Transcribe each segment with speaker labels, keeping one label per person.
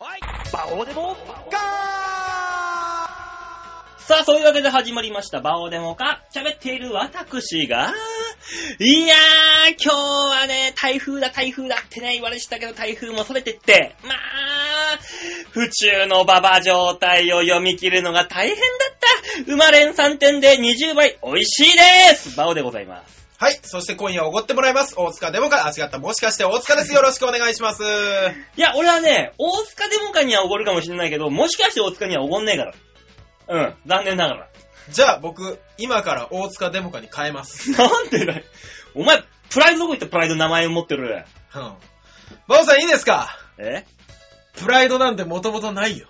Speaker 1: バオデモカ
Speaker 2: さあ、そういうわけで始まりました。バオデモか、喋っている私が、いやー、今日はね、台風だ、台風だってね、言われてたけど、台風もそれてって、まあ、府中の馬場状態を読み切るのが大変だった。馬連3点で20倍、美味しいです。バオでございます。
Speaker 3: はい。そして今夜おごってもらいます。大塚デモカ、あ、違った。もしかして大塚です。よろしくお願いします。
Speaker 2: いや、俺はね、大塚デモカにはおごるかもしれないけど、もしかして大塚にはおごんねえから。うん、残念ながら。
Speaker 3: じゃあ僕、今から大塚デモカに変えます。
Speaker 2: なんでだよ。お前、プライドどこ行ったプライド名前を持ってる。
Speaker 3: うん。バオさんいいですか
Speaker 2: え
Speaker 3: プライドなんてもともとないよ。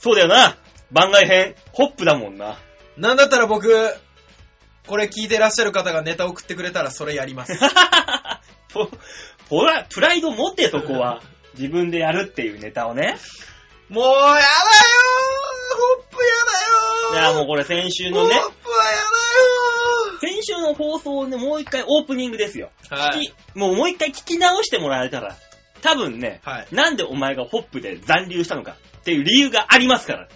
Speaker 2: そうだよな。番外編、ホップだもんな。
Speaker 3: なんだったら僕、これ聞いてらっしゃる方がネタ送ってくれたらそれや ります。
Speaker 2: ポポラプライド持ってそこは。自分でやるっていうネタをね。
Speaker 3: もうやだよーホップ
Speaker 2: い
Speaker 3: やだ
Speaker 2: や、
Speaker 3: よー
Speaker 2: もうこれ先週のね
Speaker 3: ホ、ップは
Speaker 2: 先週の放送をね、もう一回オープニングですよ。
Speaker 3: やだよーはい。
Speaker 2: 聞きもうもう一回聞き直してもらえたら、多分ね、
Speaker 3: はい。
Speaker 2: なんでお前がホップで残留したのかっていう理由がありますから。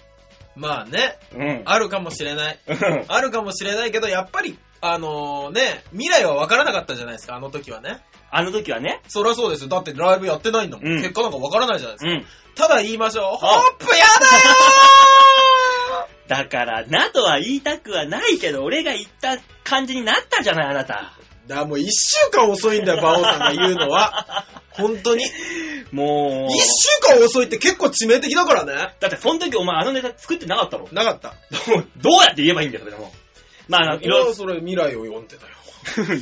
Speaker 3: まあね、
Speaker 2: うん。
Speaker 3: あるかもしれない。
Speaker 2: うん
Speaker 3: あるかもしれないけど、やっぱり、あのね、未来は分からなかったじゃないですか、あの時はね。
Speaker 2: あの時はね、
Speaker 3: そりゃそうですよ。だってライブやってないんだもん。
Speaker 2: うん
Speaker 3: 結果なんか分からないじゃないです
Speaker 2: う
Speaker 3: か。
Speaker 2: ん。
Speaker 3: ただ言いましょう。ホップや
Speaker 2: だから、なとは言いたくはないけど、俺が言った感じになったじゃない、あなた。
Speaker 3: だよだ、もう一週間遅いんだよ、馬王さんが言うのは。本当に。一
Speaker 2: もう。
Speaker 3: 週間遅いって結構致命的だからね。
Speaker 2: だって、その時お前あのネタ作ってなかったろ。
Speaker 3: なかった。
Speaker 2: どうやって言えばいいんだよ、それでも。まあ、あの、い
Speaker 3: 俺は
Speaker 2: ろ
Speaker 3: それ未来を読んでた よ。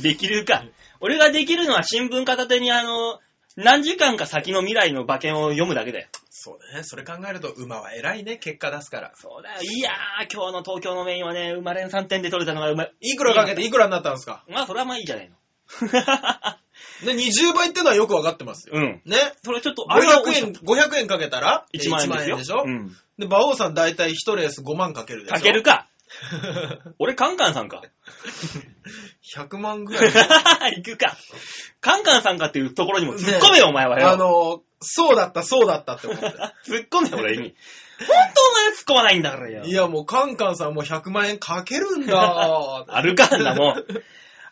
Speaker 2: できるか。俺ができるのは新聞片手にあの、何時間か先の未来の馬券を読むだけだよ。
Speaker 3: そうね。それ考えると、馬は偉いね、結果出すから。
Speaker 2: そうだよ。いやー、今日の東京のメインはね、生まれん3点で取れたのがうまい。
Speaker 3: いくらかけていくらになったんですか
Speaker 2: まあ、それはまあいいじゃ ないの。
Speaker 3: ね、20倍ってのはよく分かってますよ。
Speaker 2: うん。
Speaker 3: ね。
Speaker 2: それちょっと、あれは惜
Speaker 3: 500円、500円かけたら
Speaker 2: 1万円ですよ。
Speaker 3: でしょ、
Speaker 2: うん。
Speaker 3: で、馬王さん大体1レース5万かけるでしょ
Speaker 2: かける か。俺、カンカンさんか。
Speaker 3: 100万 ぐらい。
Speaker 2: 行くか。カンカンさんかっていうところにも突っ込めよ、お前はよ。
Speaker 3: あの、そうだった、そうだったって思って。
Speaker 2: 突っ込めよ、俺 に。本当お前は突っ込まないんだから よ
Speaker 3: い。や、もうカンカンさんも100万円かけるんだ
Speaker 2: あるかんだもん。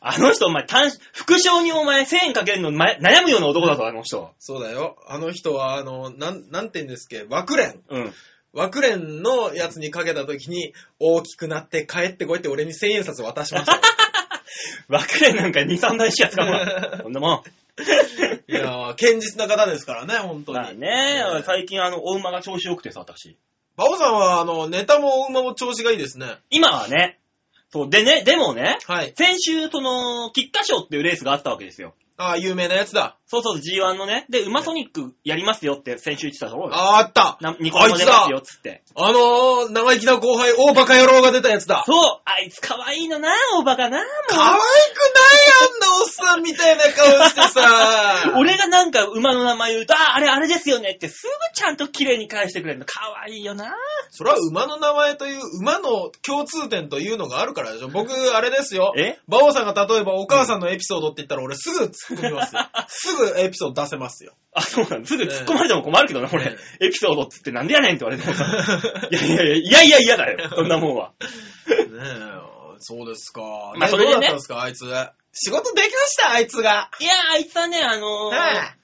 Speaker 2: あの人、お前、単副賞にお前1000円かけるのま悩むような男だぞ、あの人。
Speaker 3: そうだよ。あの人は、あの、なん、なんて言うんですっけ、枠連。
Speaker 2: うん。
Speaker 3: 枠連のやつにかけた時に、大きくなって帰ってこいって俺に1000円札渡しま したよ。
Speaker 2: 枠連なんか2、3台しか使わ ない。そんなもん。
Speaker 3: いやー、堅実な方ですからね、本当
Speaker 2: まあ
Speaker 3: に。
Speaker 2: ね、最近あの、お馬が調子良くてさ、私。
Speaker 3: 馬王さんは、あの、ネタも馬も調子がいいですね。
Speaker 2: 今はね、そう、でね、でもね、
Speaker 3: はい。
Speaker 2: 先週、その、菊花賞っていうレースがあったわけですよ。
Speaker 3: ああ、有名なやつだ。
Speaker 2: そうそう、G1 のね。で、馬ソニックやりますよって先週言ってたところ
Speaker 3: ああ、あった。
Speaker 2: なニコ生出ますよ、つって。
Speaker 3: あのー、生意気な後輩、大バカ野郎が出たやつだ。
Speaker 2: そう、あいつ可愛いのな、おバカな、も
Speaker 3: 可愛くないあんなおっさんみたいな顔して
Speaker 2: う。
Speaker 3: さ。
Speaker 2: 俺がなんか馬の名前言うと、あ、あれあれですよねってすぐちゃんと綺麗に返してくれるの。可愛いよな。
Speaker 3: それは馬の名前という、馬の共通点というのがあるからでしょ。僕、あれですよ。
Speaker 2: え
Speaker 3: 馬王さんが例えばお母さんのエピソードって言ったら俺すぐ突っ込 みますよ。すぐエピソード出せますよ。
Speaker 2: あ、そうなんだ。すぐ突っ込まれても困るけどな、俺。エピソードっつってなんでやねんって言われてもさ。いやいやいや、いやいや嫌だよ。そんなもんは。
Speaker 3: ねえ、 そうですか。
Speaker 2: まあ
Speaker 3: ね
Speaker 2: それでね
Speaker 3: どうだったんですか、あいつ。仕事できました、あいつが。
Speaker 2: いや、あいつはね、あのー
Speaker 3: はい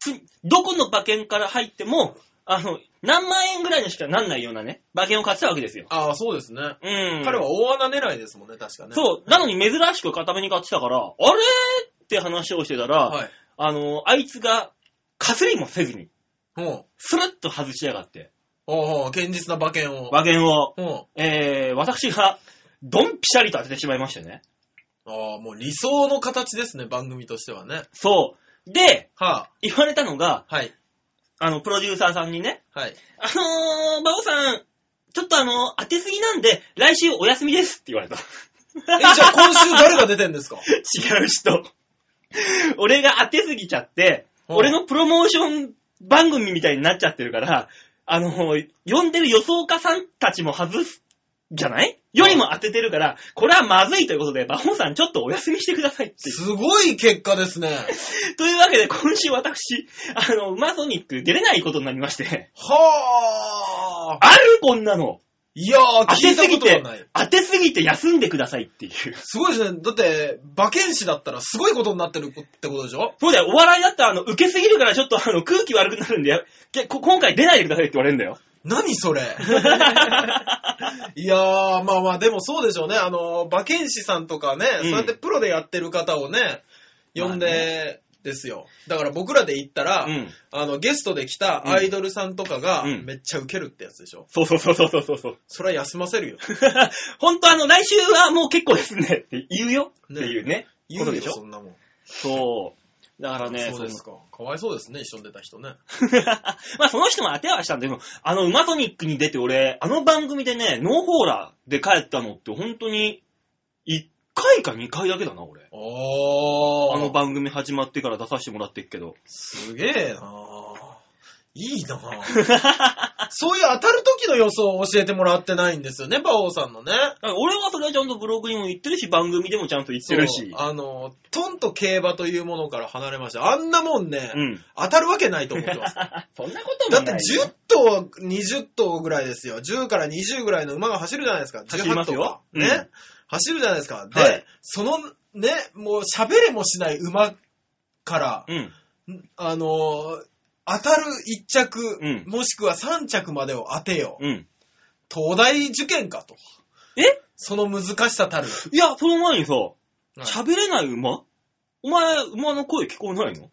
Speaker 2: つどこの馬券から入っても、あの、何万円ぐらいにしかなんないようなね、馬券を買ってたわけですよ。
Speaker 3: ああ、そうですね。
Speaker 2: うん。
Speaker 3: 彼は大穴狙いですもんね、確かね。
Speaker 2: そう、なのに珍しく固めに買ってたから、あれって話をしてたら、
Speaker 3: はい。
Speaker 2: あの、あいつが、かすりもせずに、
Speaker 3: うん。
Speaker 2: スルッと外しやがって、
Speaker 3: おうおう、堅実な馬券を。
Speaker 2: 馬券を、
Speaker 3: うん。あ
Speaker 2: えー、私が、ドンピシャリと当ててしまいましてね。
Speaker 3: あ、もう理想の形ですね、番組としてはね。
Speaker 2: そう。で、
Speaker 3: は
Speaker 2: 言われたのが、
Speaker 3: あ、はい、
Speaker 2: あの、プロデューサーさんにね、
Speaker 3: はい。
Speaker 2: あのー、馬王さん、ちょっとあの、当てすぎなんで、来週お休みですって言わ れた。
Speaker 3: え、じゃあ今週誰が出てんですか
Speaker 2: 違う人。俺が当てすぎちゃって、
Speaker 3: うん
Speaker 2: 俺のプロモーション番組みたいになっちゃってるから、あの、呼んでる予想家さんたちも外すじゃないよりも当ててるから、これはまずいということで、バオさんちょっとお休みしてくださいっ ていう。
Speaker 3: すごい結果ですね。
Speaker 2: というわけで、今週私、あの、馬ソニック出れないことになりまして、
Speaker 3: はあ。
Speaker 2: あるこんなの
Speaker 3: いやー、
Speaker 2: 当
Speaker 3: 聞
Speaker 2: て
Speaker 3: いた
Speaker 2: す
Speaker 3: こ
Speaker 2: ぎ
Speaker 3: とは
Speaker 2: て
Speaker 3: ない。、
Speaker 2: 当てすぎて休んでくださいっていう。
Speaker 3: すごいですね。だって、馬券師だったらすごいことになってるってことでしょ
Speaker 2: そうだよ、お笑いだったら、あの、受けすぎるからちょっとあの、空気悪くなるんで、けこ今回出ないでくださいって言われるんだよ。
Speaker 3: 何 それいやー、まあまあ、でもそうでしょうね。あの、馬券師さんとかね、
Speaker 2: うん
Speaker 3: そうやってプロでやってる方をね、呼んで、
Speaker 2: まあ
Speaker 3: ですよ。だから僕らで行ったら、
Speaker 2: うん。
Speaker 3: あの、ゲストで来たアイドルさんとかが、
Speaker 2: うん
Speaker 3: めっちゃウケるってやつでしょ。
Speaker 2: そうそうそうそうそうそう。
Speaker 3: それは休ませるよ。
Speaker 2: 本当あの、来週はもう結構ですねって言うよっていうね。
Speaker 3: 言
Speaker 2: こと
Speaker 3: うよ、
Speaker 2: でしょ
Speaker 3: そんなもん。
Speaker 2: そう。だからね、
Speaker 3: そうですか。かわいそうですね、一緒に出た人ね。
Speaker 2: その まあその人も当てはしたんだけど、あの、馬ソニックに出て俺、あの番組でね、ノーホーラーで帰ったのって本当に、1回か2回だけだな、俺。
Speaker 3: おー。
Speaker 2: あの番組始まってから出させてもらってっけど。
Speaker 3: すげえなぁ。いいな ぁ。そういう当たる時の予想を教えてもらってないんですよね、馬王さんのね。
Speaker 2: だから俺はそれはちゃんとブログにも言ってるし、番組でもちゃんと言ってるし。
Speaker 3: そうあの、トンと競馬というものから離れました。あんなもんね、
Speaker 2: うん。
Speaker 3: 当たるわけないと思っ てます。
Speaker 2: そんなこと
Speaker 3: だ
Speaker 2: も
Speaker 3: っ
Speaker 2: な
Speaker 3: て
Speaker 2: いよ。
Speaker 3: 10頭、20頭ぐらいですよ。10から20ぐらいの馬が走るじゃないですか。
Speaker 2: 走り
Speaker 3: 18
Speaker 2: ます
Speaker 3: 頭
Speaker 2: よ
Speaker 3: か。
Speaker 2: うん
Speaker 3: ね、走るじゃないですか。で、
Speaker 2: はい
Speaker 3: そのね、もう喋れもしない馬から、
Speaker 2: うん。
Speaker 3: あのー当たる1着、
Speaker 2: うん
Speaker 3: もしくは3着までを当てよう。
Speaker 2: うん。
Speaker 3: 東大受験かと。
Speaker 2: え
Speaker 3: その難しさたる。
Speaker 2: いや、その前にさ、
Speaker 3: い
Speaker 2: 喋れない馬お前、馬の声聞こえないの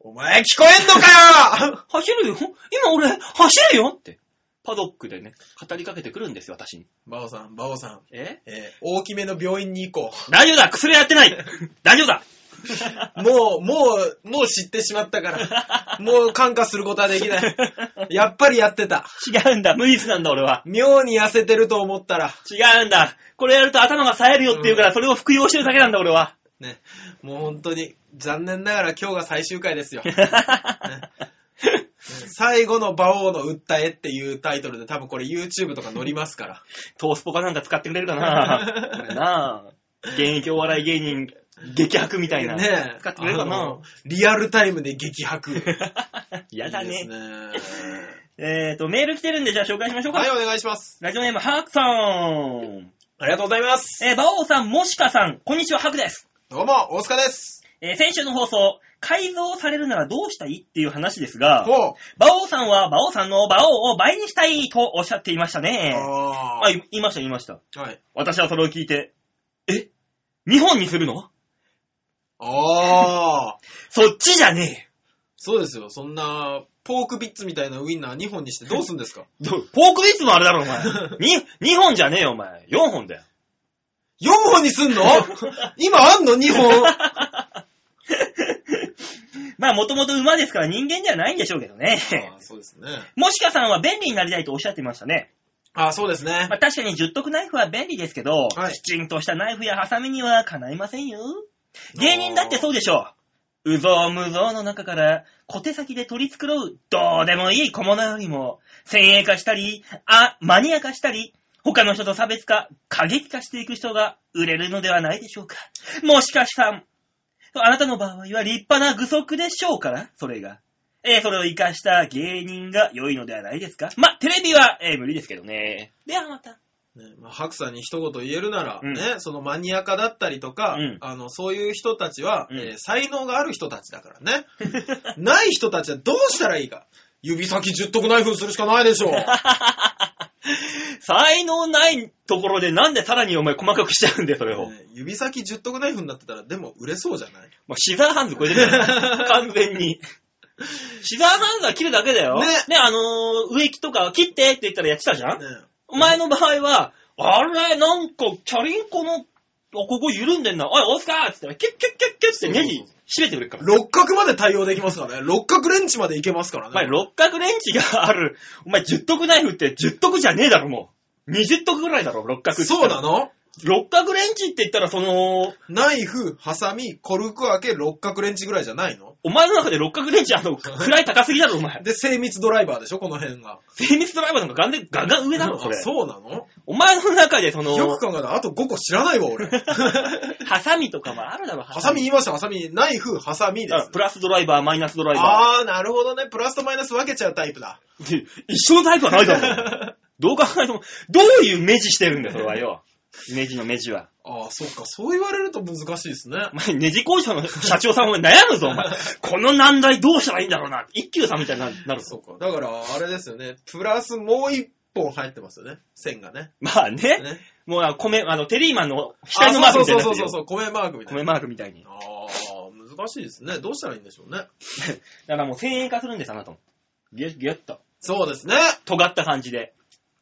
Speaker 3: お前聞こえんのかよ
Speaker 2: 走るよ今俺、走るよって。パドックでね、語りかけてくるんですよ、私に。
Speaker 3: バオさん、バオさん、
Speaker 2: え
Speaker 3: えー大きめの病院に行こ
Speaker 2: 大丈夫だ薬はやって ない大丈夫だ
Speaker 3: う。もう、もう、もう知ってしまったから。もう感化することはできない。やっぱりやってた。
Speaker 2: 違うんだ、無実なんだ俺は。
Speaker 3: 妙に痩せてると思ったら、
Speaker 2: 違うんだ。これやると頭が冴えるよって言うから、それを服用してるだけなんだ俺は。
Speaker 3: ね、もう本当に、残念ながら今日が最終 回ですよ。ね最後の馬王の訴えっていうタイトルで多分これ YouTube とか載りますから。
Speaker 2: トースポかなんか使ってくれるかなこれ なあ現役お笑い芸人、激白みたいな。
Speaker 3: ねえ。
Speaker 2: 使ってくれるか
Speaker 3: あ
Speaker 2: な
Speaker 3: のリアルタイムで激白。
Speaker 2: やだ
Speaker 3: い
Speaker 2: ね
Speaker 3: い。です ね
Speaker 2: えーと、メール来てるんで、じゃあ紹介しましょうか。
Speaker 3: はい、お願いします。
Speaker 2: ラジオネーム、ハークさん。
Speaker 3: ありがとうございます。
Speaker 2: えー、馬王さん、もしかさん、こんにちは、ハクです。
Speaker 3: どうも、大塚です。
Speaker 2: えー、先週の放送、改造されるならどうしたいっていう話ですが、
Speaker 3: ほう。
Speaker 2: 馬王さんは馬王さんの馬王を倍にしたいとおっしゃっていましたね。
Speaker 3: あ
Speaker 2: あ、い言いました、言いました。
Speaker 3: ーはい。
Speaker 2: 私はそれを聞いて、え日本にするの
Speaker 3: ああ。
Speaker 2: そっちじゃね
Speaker 3: そうですよ。そんな、ポークビッツみたいなウインナー2本にしてどうすん ですか
Speaker 2: え。どポークビッツもあれだろ、お前。 に、2本じゃねえよ、お前。4本だよ。
Speaker 3: 4本に すんの今あんの ?2 本。
Speaker 2: まあ、もともと馬ですから人間ではないんでしょうけどね。
Speaker 3: あーそうですね。
Speaker 2: もしかさんは便利になりたいとおっしゃっていましたね。
Speaker 3: あーそうで すね
Speaker 2: ま。あ、確かに十徳ナイフは便利ですけど、
Speaker 3: はい
Speaker 2: きちんとしたナイフやハサミにはかないませんよ。芸人だってそうでしょう。うぞうむぞうの中から小手先で取り繕うどうでもいい小物よりも、先鋭化したり、あ、マニア化したり、他の人と差別化、過激化していく人が売れるのではないでしょうか。もしかしたら、あなたの場合は立派な具足でしょうから、それが。えーそれを活かした芸人が良いのではないですかまあ、テレビは、えー無理ですけどね。ではまた。
Speaker 3: ねまあ、白さんに一言言えるなら、
Speaker 2: うん
Speaker 3: ね、そのマニア化だったりとか、
Speaker 2: うん
Speaker 3: あの、そういう人たちは、
Speaker 2: うん
Speaker 3: えー才能がある人たちだからね。 ない人たちはどうしたらいいか。指先十徳ナイフにするしかないで しょう。
Speaker 2: 才能ないところでなんでさらにお前細かくしちゃうんだよ、それを。
Speaker 3: ね指先十徳ナイフになってたら、でも売れそうじゃない
Speaker 2: もうシザーハンズ超えてるよ完全 に。シザーハンズは切るだけだよ。
Speaker 3: ね
Speaker 2: ね。あのー植木とか切ってって言ったらやってたじゃん、
Speaker 3: ね
Speaker 2: お前の場合は、あれ、なんか、チャリンコの、あここ緩んでんな。おい、大塚っつったら、キュッキュッキュッキュッってネジ締めてくれるから。
Speaker 3: 六角まで対応できますからね。六角レンチまでいけますから
Speaker 2: お
Speaker 3: ね。
Speaker 2: 前、六角レンチがある、お前、十徳ナイフって十徳じゃねえだろ、もう。二十徳ぐらいだろ、六角って言
Speaker 3: そ
Speaker 2: ったら
Speaker 3: うなの
Speaker 2: 六角レンチって言ったら、その、
Speaker 3: ナイフ、ハサミ、コルク開け、六角レンチぐらいじゃないの
Speaker 2: お前の中で六角レンチ、あの、位高すぎだろ、お前。
Speaker 3: で、精密ドライバーでしょこの辺が。
Speaker 2: 精密ドライバーなんかガンで、ガンガン上だろ、それ
Speaker 3: あ。そうなの
Speaker 2: お前の中で、その、
Speaker 3: よく考えたら、あと5個知らないわ、俺。
Speaker 2: ハサミとかもあるだろ、ハ
Speaker 3: ハサミ言いました、ハサミ。ナイフ、ハサミで
Speaker 2: あ
Speaker 3: す。
Speaker 2: プラスドライバー、マイナスドライバ
Speaker 3: あー、なるほどね。プラスとマイナス分けちゃうタイプだ。
Speaker 2: ー。一緒のタイプはないだろ。どう考えても、どういう目地してるんだよ、それはよ。ネジの目地は。
Speaker 3: あー、そうか。そう言われると難しいですね。
Speaker 2: お前、ネジ工場の社長さんも悩むぞ、お前。この難題どうしたらいいんだろうな。一休さんみたいにななるぞ。
Speaker 3: そうか。だから、あれですよね。プラスもう一本入ってますよね。線がね。
Speaker 2: まあね、
Speaker 3: ね
Speaker 2: もうあ米、あの、テリーマンの額のマークみたいなやつ
Speaker 3: あそうそうそうそう
Speaker 2: よ。
Speaker 3: そう、米マークみたい
Speaker 2: 米
Speaker 3: な。
Speaker 2: マークみたいに。
Speaker 3: あー、難しいですね。どうしたらいいんでしょうね。
Speaker 2: だからもう先鋭化するんです、あなたも。ギュッギュッと。
Speaker 3: そうですね。
Speaker 2: 尖った感じで。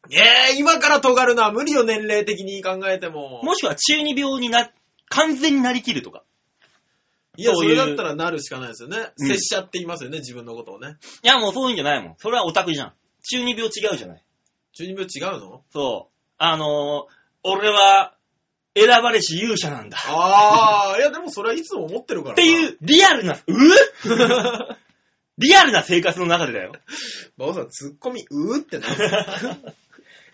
Speaker 3: えー、今から尖るのは無理よ、年齢的に考えても。
Speaker 2: もしくは中二病にな、完全になりきるとか。
Speaker 3: いや、
Speaker 2: そ
Speaker 3: そう
Speaker 2: いう
Speaker 3: れだったらなるしかないですよね。
Speaker 2: うん
Speaker 3: 拙者って言いますよね、自分のことをね。
Speaker 2: いや、もうそういうんじゃないもん。それはオタクじゃん。中二病違うじゃない。
Speaker 3: 中二病違うの
Speaker 2: そう。あのー、俺は、選ばれし勇者なんだ。っ
Speaker 3: あー、いや、でもそれはいつも思ってるからな。
Speaker 2: ていう、リアル な、うぅリアルな生活の中でだよ。
Speaker 3: 馬王さん、ツッコミ、うーってな。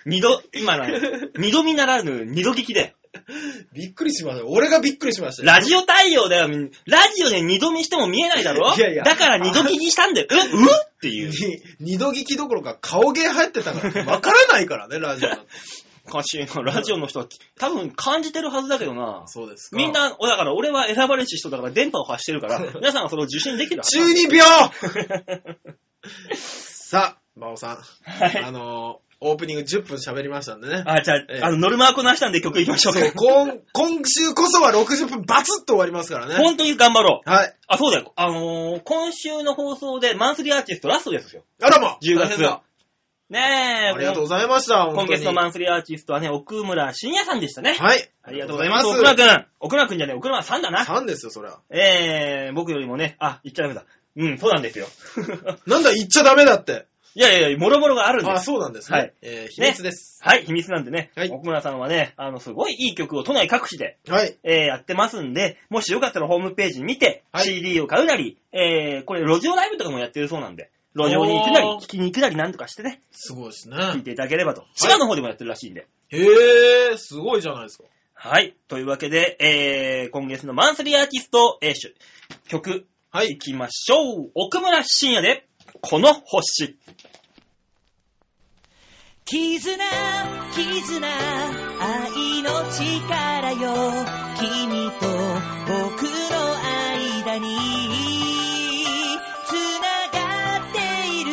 Speaker 2: 二度、今なの、二度見ならぬ、二度聞きだよ。
Speaker 3: びっくりしました。俺がびっくりしました。
Speaker 2: ラジオ対応だよ。みんラジオで二度見しても見えないだろ
Speaker 3: いやいや
Speaker 2: だから二度聞きしたんだよ。えううっていう。
Speaker 3: に二度聞きどころか顔芸入ってたから、わからないからね、ラジオだって。
Speaker 2: おかしいな。ラジオの人は、多分感じてるはずだけどな。
Speaker 3: そうですか。
Speaker 2: みん、な、おだから俺は選ばれし人だから電波を発してるから、皆さんがそれを受信できるはず
Speaker 3: 中二 病さあ、馬王さん。
Speaker 2: はい
Speaker 3: あのー、オープニング10分喋りましたんでね。
Speaker 2: あ、じゃあ、
Speaker 3: ええ
Speaker 2: あの、ノルマークなしなんで曲いきましょうか。
Speaker 3: そう今、今週こそは60分バツッと終わりますからね。
Speaker 2: 本当に頑張ろう。
Speaker 3: はい。
Speaker 2: あ、そうだよ。あのー今週の放送でマンスリーアーティストラストですよ。
Speaker 3: あらま
Speaker 2: 10
Speaker 3: 大
Speaker 2: 月
Speaker 3: 変だ
Speaker 2: は。ねえ、
Speaker 3: ありがとうございました。
Speaker 2: 今
Speaker 3: 本当に
Speaker 2: 月のマンスリーアーティストはね、奥村信也さんでしたね。
Speaker 3: はい。
Speaker 2: ありがとうございます。奥
Speaker 3: 奥村
Speaker 2: 村
Speaker 3: 君
Speaker 2: くん。奥村くんじゃねえ、奥村さんだな。
Speaker 3: 3ですよ、そりゃ。
Speaker 2: えー、僕よりもね、あ、言っちゃダメだ。うん、そうなんですよ。
Speaker 3: なんだ、言っちゃダメだって。
Speaker 2: いやいやいや、もろもろがあるんで
Speaker 3: あ、
Speaker 2: す。
Speaker 3: そうなんですね。
Speaker 2: はい
Speaker 3: えー秘密です。
Speaker 2: はい、秘密なんでね、
Speaker 3: はい
Speaker 2: 奥村さんはね、あの、すごいいい曲を都内各地で、
Speaker 3: はい。
Speaker 2: えーやってますんで、もしよかったらホームページ見て、
Speaker 3: はい
Speaker 2: CD を買うなり、えー、これ路上ライブとかもやってるそうなんで、路上に行くなり、
Speaker 3: おー
Speaker 2: 聞きに行くなりなんとかしてね、
Speaker 3: すごいです
Speaker 2: 聞い
Speaker 3: ね。
Speaker 2: ていただければと。千葉の方でもやってるらしいんで。
Speaker 3: へー、すごいじゃないですか。
Speaker 2: はい。というわけで、えー、今月のマンスリーアーティスト、えーしゅ、曲、
Speaker 3: は
Speaker 2: 行
Speaker 3: い。
Speaker 2: きましょう。奥村深也で、この星。
Speaker 1: 絆、絆、愛の力よ。君と僕の間に、つながっている。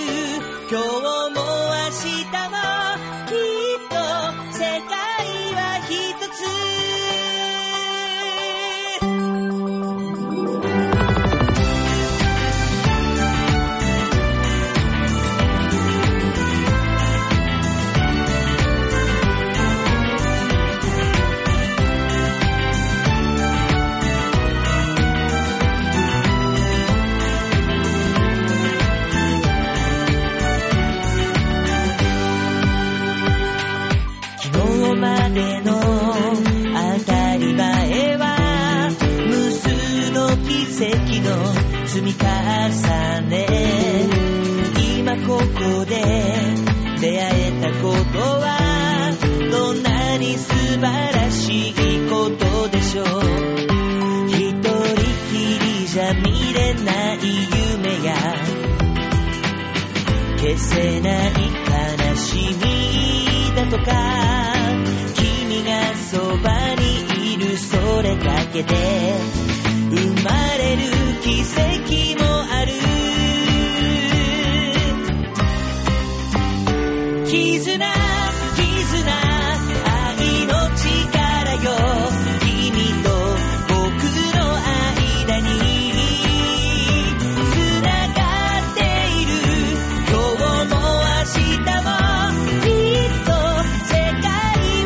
Speaker 1: 今日も明日も、きっと世界は一つ。昨日までの当たり前は無数の奇跡の積み重ね今ここで出会えたことはどんなに素晴らしいことでしょう一人きりじゃ見れない夢や消せない悲しみだとか君がそばにいるそれだけで生まれる奇跡もある絆絆愛の力よ君と僕の間につながっている今日も明日もきっと世界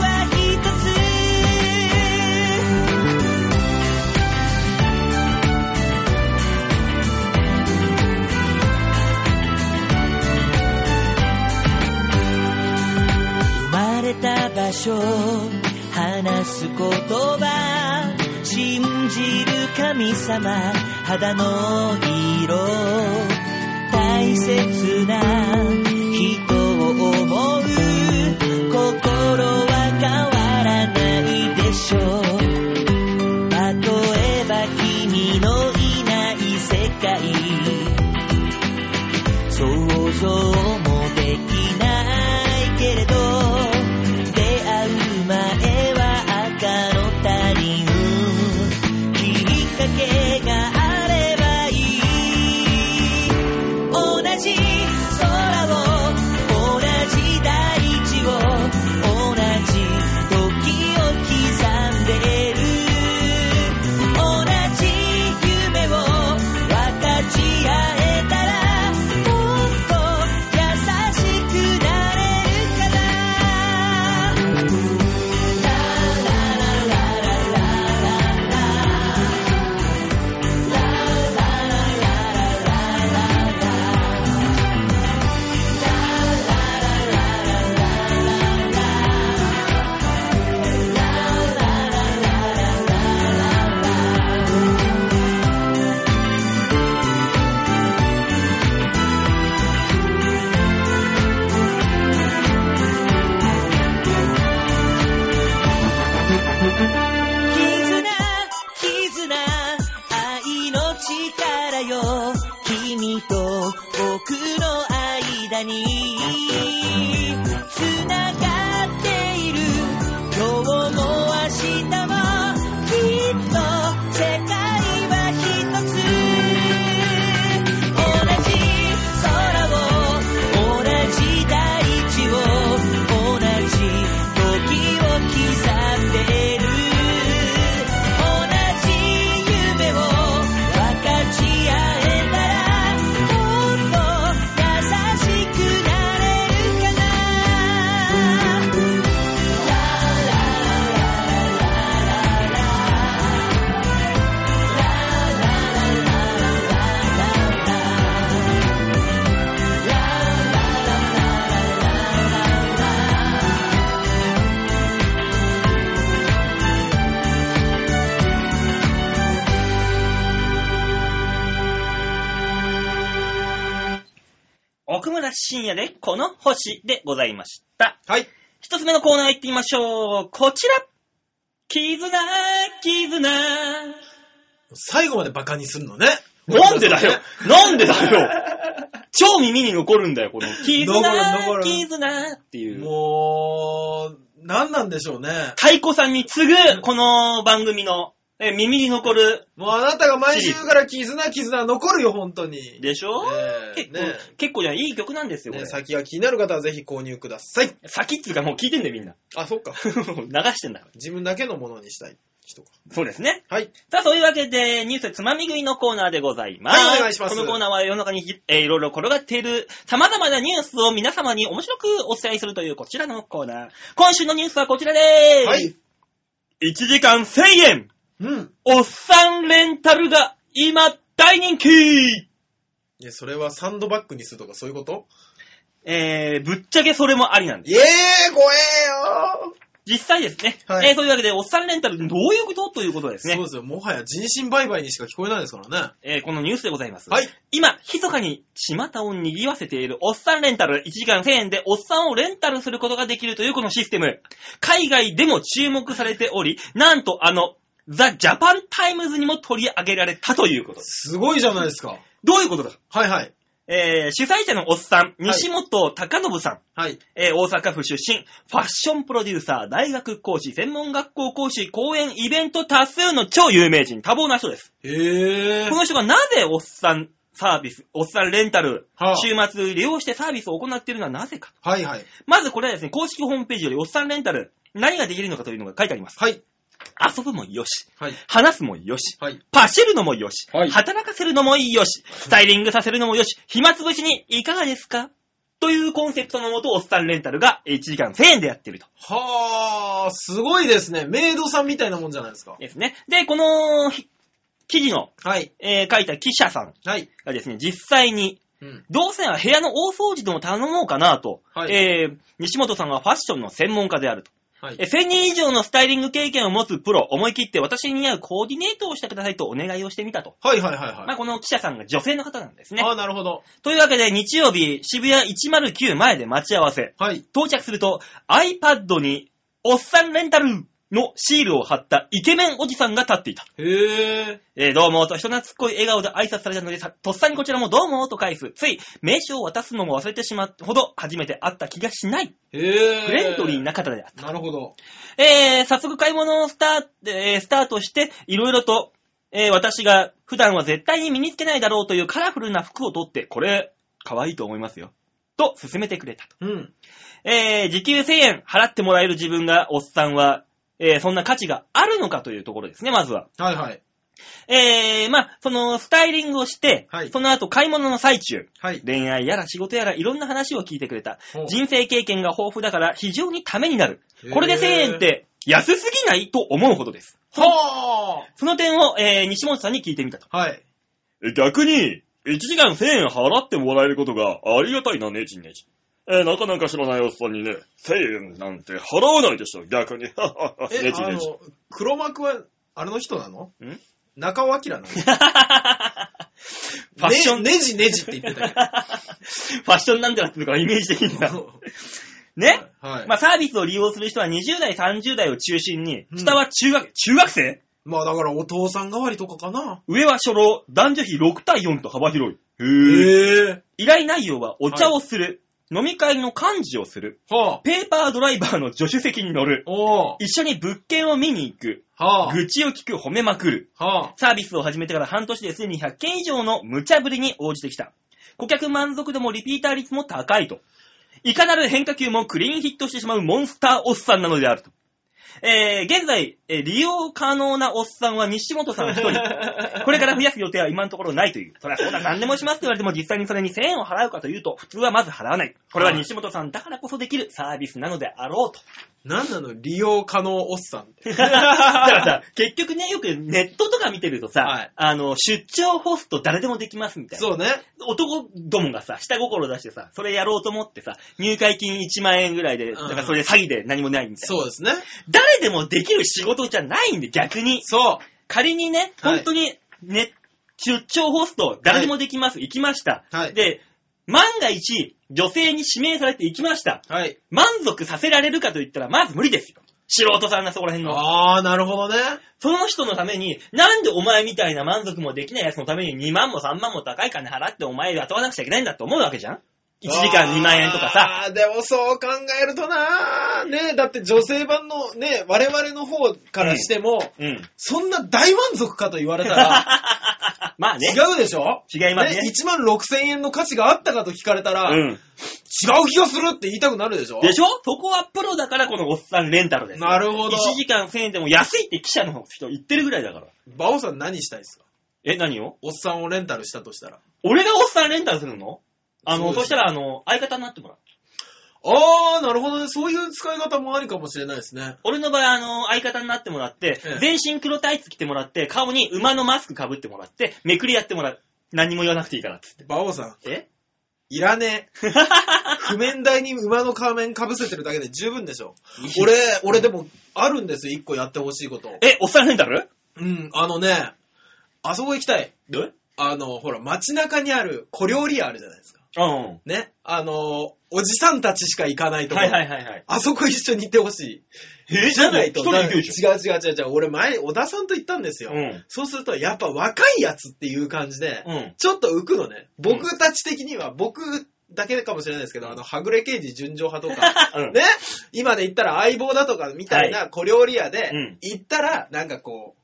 Speaker 1: は一つ生まれた場所離す言葉信じる神様肌の色大切な人を思う心は変わらないでしょう例えば君のいない世界想像もできないけれど出会う前は赤の他人きっかけがあればいい同じ空を同じ大地を同じ時を刻んでいる同じ夢を分かち合えたらもっと優しくなれるかな絆、絆、愛の力よ。君と僕の間に、繋がっている。今日も明日も、きっと世界は一つ。同じ空を、同じ大地を、同じ時を刻んでいる。同じ夢を分かち合えたらもっと優しくなれるかな
Speaker 2: 奥村深也で、この星でございました。
Speaker 3: はい。
Speaker 2: 一つ目のコーナー行ってみましょう。こちら絆、絆。
Speaker 3: 最後までバカにするのね。
Speaker 2: なんでだ よなんでだよ超耳に残るんだよ、この。絆
Speaker 3: 残る残、る
Speaker 2: 絆っていう。
Speaker 3: もう、何なんでしょうね。
Speaker 2: 太鼓さんに次ぐ、この番組の、え耳に残る、
Speaker 3: もうあなたが毎週から絆、絆残るよ、本当に。
Speaker 2: でしょ、
Speaker 3: え
Speaker 2: 結
Speaker 3: え
Speaker 2: 構、
Speaker 3: ね
Speaker 2: 結構じゃないいい曲なんですよ、こ
Speaker 3: ね
Speaker 2: れ。
Speaker 3: 先が気になる方はぜひ購入ください。
Speaker 2: 先っつうかもう聞いてんだよ、みんな。
Speaker 3: あ、そっか。
Speaker 2: 流してんだから。
Speaker 3: 自分だけのものにしたい人か。
Speaker 2: そうですね。
Speaker 3: はい。
Speaker 2: さあ、そういうわけで、ニュースつまみ食いのコーナーでございます。
Speaker 3: はいお願いします
Speaker 2: このコーナーは世の中にひ、えーいろいろ転がっている様々なニュースを皆様に面白くお伝えするというこちらのコーナー。今週のニュースはこちらでーす。
Speaker 3: はい。。
Speaker 2: 1時間1000円、
Speaker 3: うん。
Speaker 2: おっさんレンタルが今大人気
Speaker 3: いや、それはサンドバッグにするとかそういうこと
Speaker 2: えー、ぶっちゃけそれもありなんです。
Speaker 3: ええー、怖えよ
Speaker 2: 実際ですね。
Speaker 3: はい
Speaker 2: えー、そういうわけで、おっさんレンタルどういうことということです
Speaker 3: そう
Speaker 2: ね
Speaker 3: で。すよ。もはや人身売買にしか聞こえないですからね。
Speaker 2: えー、このニュースでございます。
Speaker 3: はい。
Speaker 2: 今、密かに巷を賑わせているおっさんレンタル、1時間1000円でおっさんをレンタルすることができるというこのシステム。海外でも注目されており、なんとあの、ザ・ジャパンタイムズにも取り上げられたということです。
Speaker 3: すごいじゃないですか。
Speaker 2: どういうことだ
Speaker 3: はいはい。
Speaker 2: えー、主催者のおっさん、西本隆信さん、
Speaker 3: はい。
Speaker 2: えー大阪府出身、ファッションプロデューサー、大学講師、専門学校講師、講演、イベント多数の超有名人、多忙な人です。
Speaker 3: え え
Speaker 2: この人がなぜおっさんサービス、おっさんレンタル、
Speaker 3: はあ
Speaker 2: 週末利用してサービスを行っているのはなぜか。
Speaker 3: はいはい。
Speaker 2: まずこれはですね、公式ホームページよりおっさんレンタル、何ができるのかというのが書いてあります。
Speaker 3: はい。
Speaker 2: 遊ぶもよし、
Speaker 3: はい。
Speaker 2: 話すもよし、
Speaker 3: はい。
Speaker 2: 走るのもよし、
Speaker 3: はい
Speaker 2: 働かせるのもよし、スタイリングさせるのもよし、暇つぶしにいかがですかというコンセプトのもと、おっさんレンタルが1時間1000円でやってると。
Speaker 3: はあ、すごいですね。メイドさんみたいなもんじゃないですか。
Speaker 2: ですね。で、このひ記事の、
Speaker 3: はい。
Speaker 2: えー書いた記者さん
Speaker 3: はい。
Speaker 2: がですね、実際に
Speaker 3: うん。
Speaker 2: どうせなら部屋の大掃除でも頼もうかなと、
Speaker 3: はい
Speaker 2: えー、西本さんはファッションの専門家であると。
Speaker 3: はい。
Speaker 2: え1000人以上のスタイリング経験を持つプロ、思い切って私に似合うコーディネートをしてくださいとお願いをしてみたと。
Speaker 3: はいはいはい
Speaker 2: ま
Speaker 3: は
Speaker 2: あ、この記者さんが女性の方なんです
Speaker 3: い。
Speaker 2: ね
Speaker 3: あ。あ、なるほど。
Speaker 2: というわけで、日曜日、渋谷109前で待ち合わせ。
Speaker 3: はい。
Speaker 2: 到着すると、iPad に、おっさんレンタルのシールを貼ったイケメンおじさんが立っていた。
Speaker 3: へえ。
Speaker 2: えーどうもと人懐っこい笑顔で挨拶されたのでさ、とっさにこちらもどうもと返す。つい、名刺を渡すのも忘れてしまうほど、初めて会った気がしない。
Speaker 3: へえ。
Speaker 2: フレンドリーな方であった。
Speaker 3: なるほど。
Speaker 2: えー、早速買い物をスター,、えースタートして、いろいろと、えー私が普段は絶対に身につけないだろうというカラフルな服を取って、これ、可愛いと思いますよ。と、勧めてくれたと。
Speaker 3: うん。
Speaker 2: えー、時給1000円払ってもらえる自分が、おっさんは、えーそんな価値があるのかというところですね、まずは。
Speaker 3: はいはい。
Speaker 2: えー、まあ、その、スタイリングをして、
Speaker 3: はい
Speaker 2: その後買い物の最中、
Speaker 3: はい。
Speaker 2: 恋愛やら仕事やらいろんな話を聞いてくれた。
Speaker 3: ほう
Speaker 2: 人生経験が豊富だから非常にためになる。
Speaker 3: へー
Speaker 2: これで1000円って安すぎないと思うほどです。
Speaker 3: は
Speaker 2: その点を、えー西本さんに聞いてみたと。
Speaker 3: あはい。
Speaker 2: 逆に、1時間1000円払ってもらえることがありがたいなね、ちんねち。えなかなか知らないおっさんにね、1000円なんて払わないでしょ、逆に。
Speaker 3: え、あの、黒幕は、あれの人なの
Speaker 2: ん
Speaker 3: 中尾 明なのフ
Speaker 2: ファッション、
Speaker 3: ねねじねじって言ってた
Speaker 2: ファッションなんてなってるからイメージ的に
Speaker 3: け
Speaker 2: は。
Speaker 3: ど。
Speaker 2: ね、
Speaker 3: は
Speaker 2: ま
Speaker 3: い。ま
Speaker 2: あ、サービスを利用する人は20代、30代を中心に、
Speaker 3: うん
Speaker 2: 下は中学、中学生
Speaker 3: あだからお父さん代わりとかかな。
Speaker 2: 上は初老、男女比6対4と幅広い。
Speaker 3: へえ。
Speaker 2: 依頼内容はお茶をする、飲み会の幹事をする、
Speaker 3: はあ。
Speaker 2: ペーパードライバーの助手席に乗る、
Speaker 3: おー。
Speaker 2: 一緒に物件を見に行く、
Speaker 3: はあ。
Speaker 2: 愚痴を聞く、褒めまくる。
Speaker 3: はあ。
Speaker 2: サービスを始めてから半年ですでに100件以上の無茶ぶりに応じてきた。顧客満足度もリピーター率も高いと。いかなる変化球もクリーンヒットしてしまうモンスターおっさんなのであると。えー、現在、えー利用可能なおっさんは西本さん 一人。これから増やす予定は今のところないという。そりゃそうだ、何でもしますって言われても実際にそれに1000円を払うかというと、普通はまず払わない。これは西本さんだからこそできるサービスなのであろうと。
Speaker 3: なんなの利用可能おっさんって。
Speaker 2: だからさ、結局ね、よくネットとか見てるとさ、
Speaker 3: はい
Speaker 2: あの、出張ホスト誰でもできますみたいな。
Speaker 3: そうね。
Speaker 2: 男どもがさ、下心出してさ、それやろうと思ってさ、入会金1万円ぐらいで、
Speaker 3: うん
Speaker 2: だからそれ詐欺で何もないみたいな。
Speaker 3: そうですね。
Speaker 2: 誰でもできる仕事じゃないんで、逆に。
Speaker 3: そ
Speaker 2: 仮にね、
Speaker 3: はい
Speaker 2: 本当に、ね、出張ホスト、誰でもできます、行きました。
Speaker 3: はい
Speaker 2: で、万が一、女性に指名されて行きました。
Speaker 3: う。はい。
Speaker 2: 満足させられるかと言ったら、まず無理ですよ。素人さんがそこら辺の。
Speaker 3: あー、なるほどね。
Speaker 2: その人のために、なんでお前みたいな満足もできないやつのために2万も3万も高い金払ってお前雇わなくちゃいけないんだって思うわけじゃん ?1 時間2万円とかさ。
Speaker 3: あー。でもそう考えるとなーねだって女性版のね、我々の方からしても、
Speaker 2: うん。
Speaker 3: そんな大満足かと言われた ら、
Speaker 2: ま あね。
Speaker 3: 違うでしょ
Speaker 2: 違いますね。
Speaker 3: 1万6千円の価値があったかと聞かれたら、違うん気がするって言いたくなるでしょ
Speaker 2: でしょそこはプロだからこのおっさんレンタルですよ。
Speaker 3: なるほど
Speaker 2: 1時間1000円でも安いって記者の人言ってるぐらいだから。
Speaker 3: バオさん何したいですか
Speaker 2: え、何を
Speaker 3: おっさんをレンタルしたとしたら。
Speaker 2: 俺がおっさんレンタルするのあの、
Speaker 3: そう
Speaker 2: そ
Speaker 3: です
Speaker 2: したらあの、相方になってもらう。
Speaker 3: あー、なるほどね。そういう使い方もありかもしれないですね。
Speaker 2: 俺の場合、あの、相方になってもらって
Speaker 3: ええ、
Speaker 2: 全身黒タイツ着てもらって、顔に馬のマスクかぶってもらって、めくりやってもらう。何も言わなくていいからっつって。
Speaker 3: バオさん、
Speaker 2: え
Speaker 3: いらね え。譜面台に馬の仮面かぶせてるだけで十分でしょ。俺、俺でも、あるんですよ。一個やってほしいこと。
Speaker 2: え、おっさんレンタル
Speaker 3: うん、あのね、あそこ行きたい。
Speaker 2: えうん。
Speaker 3: あの、ほら、街中にある小料理屋あるじゃないですか。
Speaker 2: は
Speaker 3: ね。あの、おじさんたちしか行かない
Speaker 2: い
Speaker 3: とこ。
Speaker 2: はいはいはい。
Speaker 3: あそこ一緒に行ってほしい。
Speaker 2: え
Speaker 3: じゃないと。
Speaker 2: 一人で行くでし
Speaker 3: 違う違う違う違う。俺前、小田さんと行ったんですよ。
Speaker 2: うん
Speaker 3: そうすると、やっぱ若いやつっていう感じで、
Speaker 2: うん
Speaker 3: ちょっと浮くのね。僕たち的には、僕だけかもしれないですけど、あの、はぐれ刑事純情派とか、
Speaker 2: ょ。うん
Speaker 3: ね、今で言ったら相棒だとかみたいな小料理屋で
Speaker 2: うん、
Speaker 3: 行ったら、なんかこ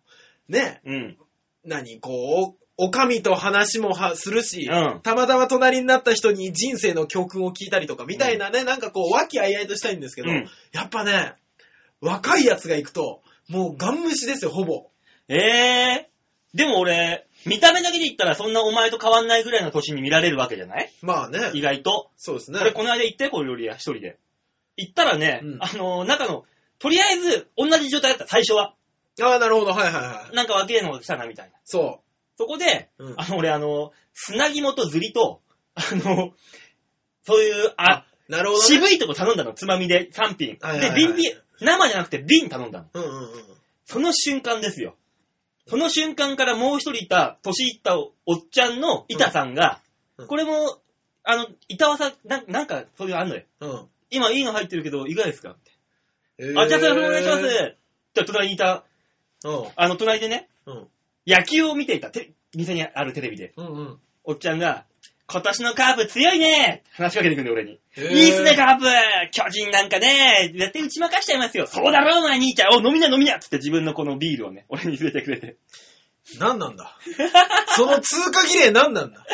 Speaker 3: う、ね、
Speaker 2: うん。
Speaker 3: 何、こう、おかみと話もはするし、
Speaker 2: うん
Speaker 3: たまたま隣になった人に人生の教訓を聞いたりとか、みたいなね、なんかこう、和気あいあいとしたいんですけど、
Speaker 2: うん
Speaker 3: やっぱね、若いやつが行くと、もうガン無視ですよ、ほぼ。
Speaker 2: えー、でも俺、見た目だけで言ったらそんなお前と変わんないぐらいの年に見られるわけじゃない
Speaker 3: まあね、
Speaker 2: 意外と。
Speaker 3: そうですね。
Speaker 2: 俺この間行ったよ、これよりは一人で。行ったらね
Speaker 3: うん、
Speaker 2: あの、中の、とりあえず同じ状態だった、最初は。
Speaker 3: ああ、なるほど、はいはいはい。
Speaker 2: なんか若えのが来たな、みたいな。
Speaker 3: そ
Speaker 2: そこで、
Speaker 3: うん
Speaker 2: あの、俺、あの、砂肝とずりと、あの、そういう、あ、
Speaker 3: う。なるほど、ね。
Speaker 2: 渋いとこ頼んだの、つまみで3品。
Speaker 3: はいはいはい
Speaker 2: で、瓶ビ生じゃなくて瓶頼んだの。
Speaker 3: うんうんうん。
Speaker 2: その瞬間ですよ。その瞬間からもう一人いた、年いったおっちゃんの板さんが、
Speaker 3: うんうん
Speaker 2: これも、あの、板わさ、なんなんか、そういうのあんのよ。
Speaker 3: うん。
Speaker 2: 今いいの入ってるけど、いかがですかって。
Speaker 3: えー
Speaker 2: あ、じゃあそれお願いします。じゃあ隣にいた、あの、隣でね、
Speaker 3: うん。うん。
Speaker 2: 野球を見ていた、て店にあるテレビで、
Speaker 3: うんうん。
Speaker 2: おっちゃんが、今年のカープ強いねって話しかけてくんで、俺に。
Speaker 3: い
Speaker 2: いいっすね、カープ巨人なんかね、絶対打ち負かしちゃいますよ。そうだろ、お前兄ちゃん。お、飲みな飲みなっつって自分のこのビールをね、俺に入れてくれて。
Speaker 3: 何なんだその通過儀礼何なんだ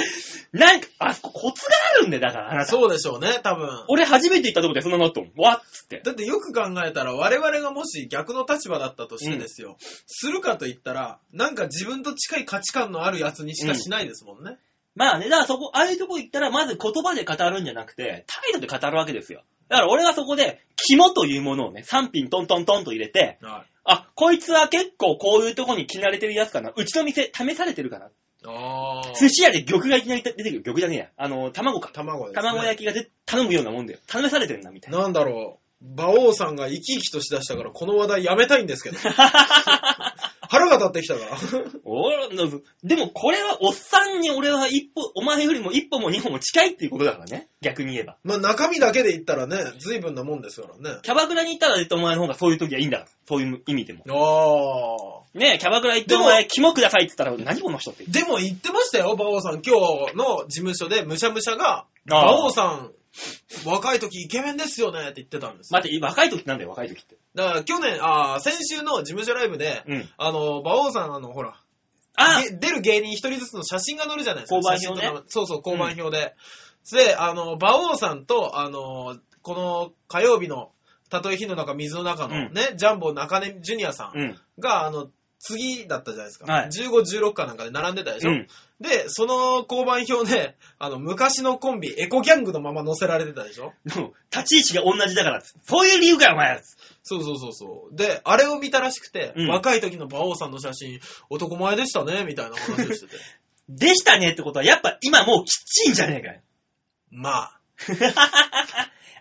Speaker 2: なんか、あそこコツがあるんだよ、だから、あなた。
Speaker 3: そうでしょうね、多分。
Speaker 2: 俺初めて行ったとこでそんなのあったもん。わっつって。
Speaker 3: だってよく考えたら我々がもし逆の立場だったとしてですよ、するかと言ったら、なんか自分と近い価値観のあるやつにしかしないですもんね。
Speaker 2: まあね、だからそこ、ああいうとこ行ったら、まず言葉で語るんじゃなくて、態度で語るわけですよ。だから俺はそこで、肝というものをね、3品トントントンと入れて、
Speaker 3: はい。
Speaker 2: あ、こいつは結構こういうとこに着慣れてるやつかな。うちの店試されてるかな。
Speaker 3: あ
Speaker 2: 寿司屋で玉がいきなり出てくる。玉じゃねえや。あの、卵か。
Speaker 3: 卵です、ね。
Speaker 2: 卵焼きがで頼むようなもんだよ。頼まされてるな、みたいな。
Speaker 3: なんだろう。馬王さんが生き生きとしだしたから、この話題やめたい んですけど。腹が立ってきたから。
Speaker 2: おらでもこれはおっさんに俺は一歩、お前よりも一歩も二歩も近いっていうことだからね。逆に言えば。
Speaker 3: まあ中身だけで言ったらね、随分なもんですからね。
Speaker 2: キャバクラに行ったら絶対お前の方がそういう時はいいんだから。そういう意味でも。
Speaker 3: ああ。
Speaker 2: ねえ、キャバクラ行って
Speaker 3: でも
Speaker 2: お前、肝くださいって言ったら何この人って。
Speaker 3: でも言ってましたよ、馬王さん。今日の事務所でむしゃむしゃが、
Speaker 2: あー
Speaker 3: 馬王さん、若い時イケメンですよねって言ってたんですよ。
Speaker 2: 待って、若い時ってなんだよ、若い時って。
Speaker 3: だから去年、あー先週の事務所ライブで、
Speaker 2: うん。
Speaker 3: あの、馬王さん、あの、ほら、
Speaker 2: あ
Speaker 3: げ出る芸人一人ずつの写真が載るじゃないですか。
Speaker 2: 交番表ね
Speaker 3: 写真と名前そうそう、交番表で。で、あの、馬王さんと、あの、この火曜日の、たとえ火の中、水の中のね、ジャンボ中根ジュニアさん
Speaker 2: うん。
Speaker 3: が、あの、次だったじゃないですか。
Speaker 2: はい
Speaker 3: 15、16かなんかで並んでたでし
Speaker 2: う
Speaker 3: ょ。
Speaker 2: ん。
Speaker 3: で、その交番表で、 あの、昔のコンビ、エコギャングのまま載せられてたでしょ
Speaker 2: でも立ち位置が同じだからっつってそういう理由かよ、お前。
Speaker 3: そうそうそうそう。で、あれを見たらしくて、
Speaker 2: うん
Speaker 3: 若い時の馬王さんの写真、男前でしたね、みたいな話をして て。
Speaker 2: でしたねってことは、やっぱ今もうきっちいんじゃねえかよ。
Speaker 3: まあ、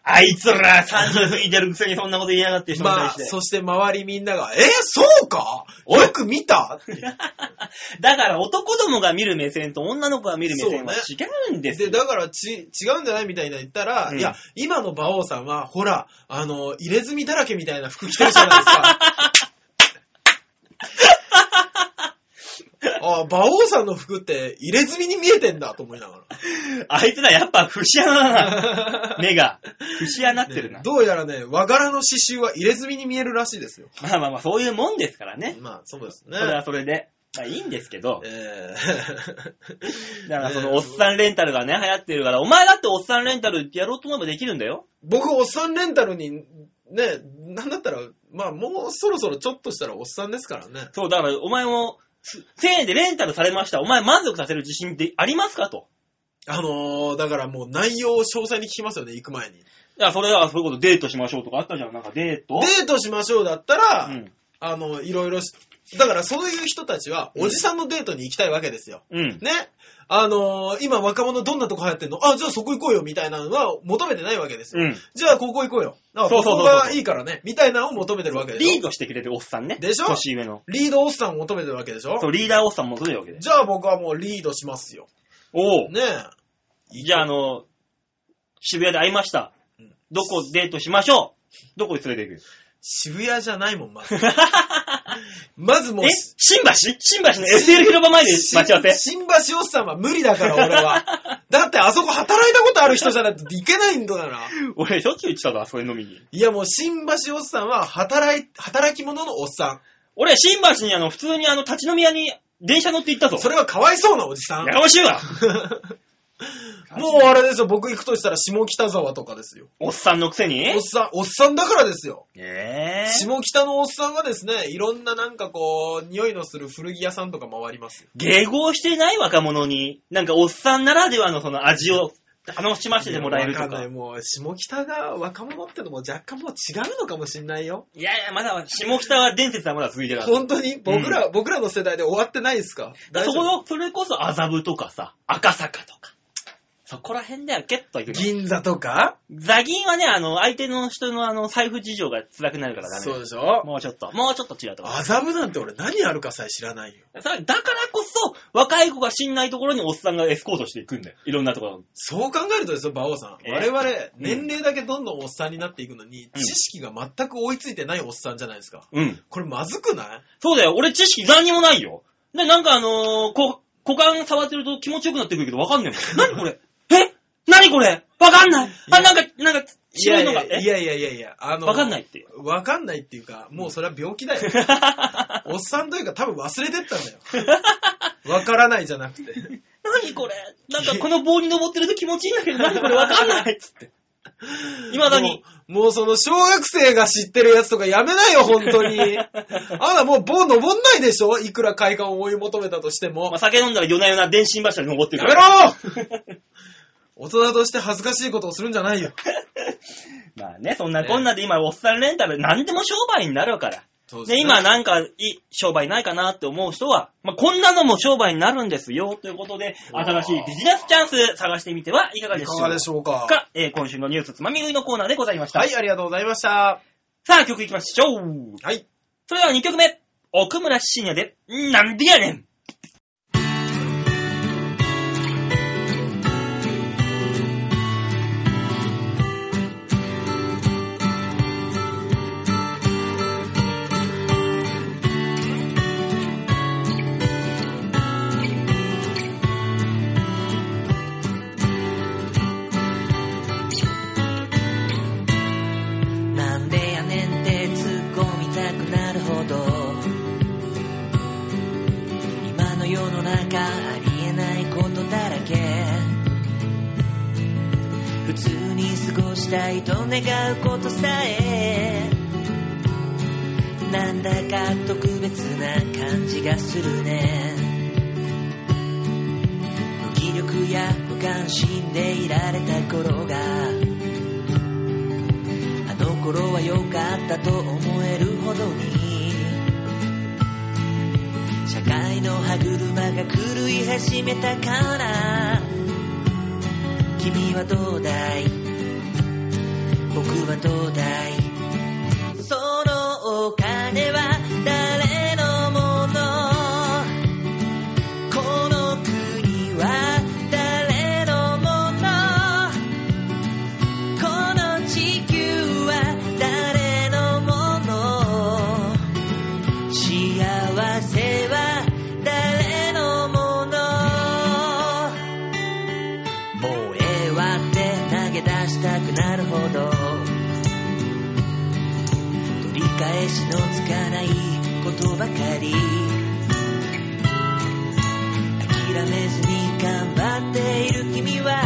Speaker 2: あいつら30過ぎてるくせにそんなこと言いやがって人に
Speaker 3: ま
Speaker 2: 対
Speaker 3: あ、
Speaker 2: して。
Speaker 3: そして周りみんなが、えーそうかよく見たっていう
Speaker 2: だから男どもが見る目線と女の子が見る目線は
Speaker 3: そ
Speaker 2: 違うんです
Speaker 3: で、
Speaker 2: よ。
Speaker 3: だからち、違うんじゃないみたいな言ったら、
Speaker 2: うん
Speaker 3: いや、今の馬王さんは、ほら、あの、入れ墨だらけみたいな服着てるじゃないです か。あ馬王さんの服って入れ墨に見えてんだと思いなが
Speaker 2: あいつらやっぱ節穴 だな。
Speaker 3: ら。
Speaker 2: 目が。節穴ってるな。
Speaker 3: ねどうやらね、和柄の刺繍は入れ墨に見えるらしいですよ。
Speaker 2: まあまあまあ、そういうもんですからね。
Speaker 3: まあ、そうですね
Speaker 2: そ。れはそれで。まあいいんですけど。
Speaker 3: えー
Speaker 2: だからその
Speaker 3: ね
Speaker 2: おっさんレンタルがね、流行ってるから、お前だっておっさんレンタルやろうと思えばできるんだよ。
Speaker 3: 僕、おっさんレンタルに、ね、なんだったら、まあ、もうそろそろちょっとしたらおっさんですからね。
Speaker 2: そう、だからお前も、1000円でレンタルされました。お前満足させる自信ってありますかと。
Speaker 3: あのー、だからもう内容を詳細に聞きますよね、行く前に。
Speaker 2: いや、それはそういうことデートしましょうとかあったじゃん。なんかデート
Speaker 3: デートしましょうだったら、
Speaker 2: うん。
Speaker 3: あの、いろいろし、だからそういう人たちは、
Speaker 2: うん
Speaker 3: おじさんのデートに行きたいわけですよ。
Speaker 2: うん。
Speaker 3: ね。あのー、今若者どんなとこ流行ってんのあ、じゃあそこ行こうよ、みたいなのは求めてないわけですよ。
Speaker 2: うん。
Speaker 3: じゃあここ行こうよ。あ、
Speaker 2: そう
Speaker 3: こ
Speaker 2: そうそうそう
Speaker 3: こがいいからね、みたいなのを求めてるわけでしょ。
Speaker 2: リー
Speaker 3: リー
Speaker 2: ドしてくれるおっさんね。
Speaker 3: でしょ
Speaker 2: 年上の。
Speaker 3: ドおっさんを求めてるわけでしょ
Speaker 2: そう、リーダーおっさんもそういうわけで。
Speaker 3: じゃあ僕はもうリードしますよ。
Speaker 2: おお。
Speaker 3: ねえ。
Speaker 2: じゃあ、あの、渋谷で会いました
Speaker 3: うん。
Speaker 2: どこデートしましょうどこに連れて行く
Speaker 3: 渋谷じゃないもん、ま ず。まずもう
Speaker 2: え、新橋新橋の SL 広場前で待ち合わせ
Speaker 3: 新橋おっさんは無理だから、俺 は。だってあそこ働いたことある人じゃないといけないんだから。
Speaker 2: 俺しょっちゅう行ってたぞ、あそこに飲みに。
Speaker 3: いや、もう新橋おっさんは働い、働き者のおっさ
Speaker 2: 俺、新橋にあの、普通にあの、立ち飲み屋に電車乗って行ったぞ。
Speaker 3: ん。それはかわいそうなおじさん
Speaker 2: や。かましいわ
Speaker 3: もうあれですよ、僕行くとしたら下北沢とかですよ。
Speaker 2: おっさんのくせに
Speaker 3: おっさん、おっさんだからですよ。
Speaker 2: ええ
Speaker 3: 下北のおっさんがですね、いろんななんかこう、匂いのする古着屋さんとか回りますよ。
Speaker 2: 迎合してない若者に、なんかおっさんならではのその味を楽しませてもらえると
Speaker 3: いやわん
Speaker 2: か
Speaker 3: ない。もう、下北が若者ってのも若干もう違うのかもしんないよ。
Speaker 2: いやいや、まだ下北は伝説はまだ続いてるから。
Speaker 3: 本当に僕ら、僕らの世代で終わってないですか
Speaker 2: だからそこ
Speaker 3: 大丈夫
Speaker 2: の、それこそ麻布とかさ、赤坂とか。そこら辺だよ、ゲッと行く。
Speaker 3: 銀座とか
Speaker 2: ザギンはね、あの、相手の人のあの、財布事情が辛くなるからダメ。
Speaker 3: そうでしょ
Speaker 2: もうちょっと、もうちょっと違うと思う。
Speaker 3: 麻布なんて俺何あるかさえ知らないよ。
Speaker 2: それだからこそ、若い子が知んないところにおっさんがエスコートしていくんだよ。いろんなところ。
Speaker 3: そう考えるとですよ、馬王さん。
Speaker 2: え
Speaker 3: 我々、年齢だけどんどんおっさんになっていくのに、
Speaker 2: うん
Speaker 3: 知識が全く追いついてないおっさんじゃないですか。
Speaker 2: うん。
Speaker 3: これまずくない
Speaker 2: そうだよ、俺知識何にもないよ。で、なんかあのーこ、股間触ってると気持ちよくなってくるけどわかんないもん。 何これえ何これわかんないあ、なんか、なんか、白いのが、
Speaker 3: いやいやいやいやいや、あ
Speaker 2: え
Speaker 3: の、。
Speaker 2: わかんないいっていう。
Speaker 3: わかんないっていうか、もうそれは病 気だよ。おっさんというか多分忘れてったんだよ。わからないじゃなくて。
Speaker 2: 何これなんかこの棒に登ってると気持ちいいんだけど、 何これわかんないっつって。未だに。
Speaker 3: もう。もうその小学生が知ってるやつとかやめないよ、本 当に。あら、もう棒登んないでしょいくら快感を追い求めたとしても
Speaker 2: まあ、。酒飲んだら夜な夜な電信柱に登って
Speaker 3: や
Speaker 2: く
Speaker 3: め
Speaker 2: る。
Speaker 3: ろ大人として恥ずかしいことをするんじゃないよ。
Speaker 2: まあね、そんなこんなで今、おっさんレンタル、何でも商売になるから。ね、今なんかいい商売ないかなって思う人は、まあ、こんなのも商売になるんですよということで、
Speaker 3: わあ
Speaker 2: 新しいビジネスチャンス探してみてはいかが
Speaker 3: い
Speaker 2: でしょ
Speaker 3: か
Speaker 2: う
Speaker 3: がでしょうか。
Speaker 2: かえー今週のニュースつまみ食いのコーナーでございました。
Speaker 3: はい、ありがとうございました。
Speaker 2: さあ曲いきましょう。
Speaker 3: はい。
Speaker 2: それでは2曲目、奥村深夜で、なんでやねん。
Speaker 1: なんでやねんって突っ込みたくなるほど今の世の中ありえないことだらけ普通に過ごしたいと願うことさえなんだか特別な感じがするね無気力や無関心でいられた頃があの頃は良かったと思えるほどに社会の歯車が狂い始めたから君はどうだい僕はどうだいそのお金は誰のものこの国は誰のものこの地球は誰のもの幸せは誰のものもうええわって投げ出したくなるほど取り返しのつかないことばかり諦めずに頑張っている君は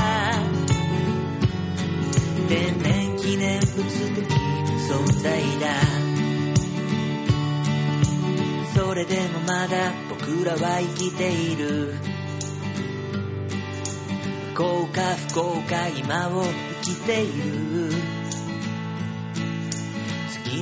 Speaker 1: 天然記念物的存在だそれでもまだ僕らは生きている不幸か不幸か今を生きている次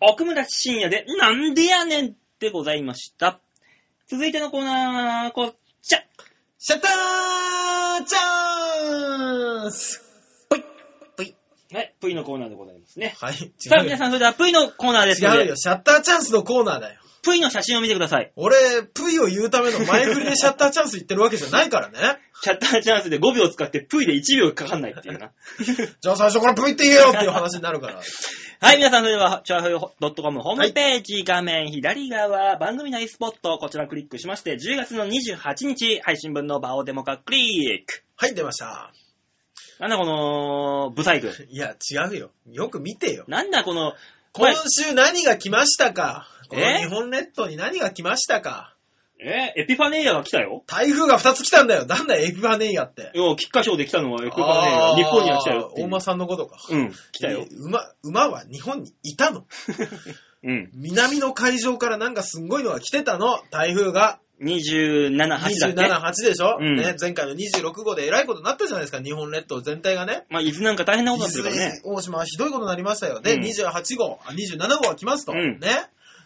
Speaker 2: 奥村深夜で、なんでやねんでございました。続いてのコーナー、こっちゃ。
Speaker 3: シャッターチャンス
Speaker 2: ぷい、ぷい。はい、ぷいのコーナーでございますね。
Speaker 3: はい、
Speaker 2: さあ
Speaker 3: 違う
Speaker 2: 皆
Speaker 3: よ。
Speaker 2: さん、それではぷいのコーナーですの
Speaker 3: 違う
Speaker 2: で
Speaker 3: よ、、シャッターチャンスのコーナーだよ。
Speaker 2: ぷいの写真を見てください。
Speaker 3: 俺、プイを言うための前振りでシャッターチャンス言ってるわけじゃないからね。
Speaker 2: シャッターチャンスで5秒使って、ぷいで1秒かかんないって いうな。
Speaker 3: じゃあ最初からプイって言えよっていう話になるから。
Speaker 2: はい、皆さん、それでは、チャーフドットコムホームページ、画面左側、番組内スポット、こちらクリックしまして、10月の28日、配信分の場をデモ化クリック。
Speaker 3: はい、出ました。
Speaker 2: なんだこの、ブサイク。
Speaker 3: いや、違うよ。よく見てよ。
Speaker 2: なんだこの、
Speaker 3: 今週何が来ましたかこの
Speaker 2: え
Speaker 3: 日本列島に何が来ましたか
Speaker 2: えエピファネイアが来たよ。
Speaker 3: 台風が2つ来たんだよ。なんだよエピファネイアって。
Speaker 2: 要は、菊花賞で来たのはエピファネイア。日本には来たよ
Speaker 3: あ
Speaker 2: っ
Speaker 3: ー
Speaker 2: ていう。
Speaker 3: 大間さんのことか。
Speaker 2: うん、来たよ
Speaker 3: い。や馬、馬は日本にいたの。
Speaker 2: うん。
Speaker 3: 南の海上からなんかすんごいのが来てたの。台風が。
Speaker 2: 27、8だっけ
Speaker 3: 27、8でしょ、
Speaker 2: うん
Speaker 3: ね、前回の26号でえらいことになったじゃないですか。日本列島全体がね。
Speaker 2: まあ、伊豆なんか大変なことになってるからね。
Speaker 3: 伊豆大島はひどいことになりましたよ。で、
Speaker 2: うん
Speaker 3: 28号、あ27号は来ますと。
Speaker 2: うん
Speaker 3: ね。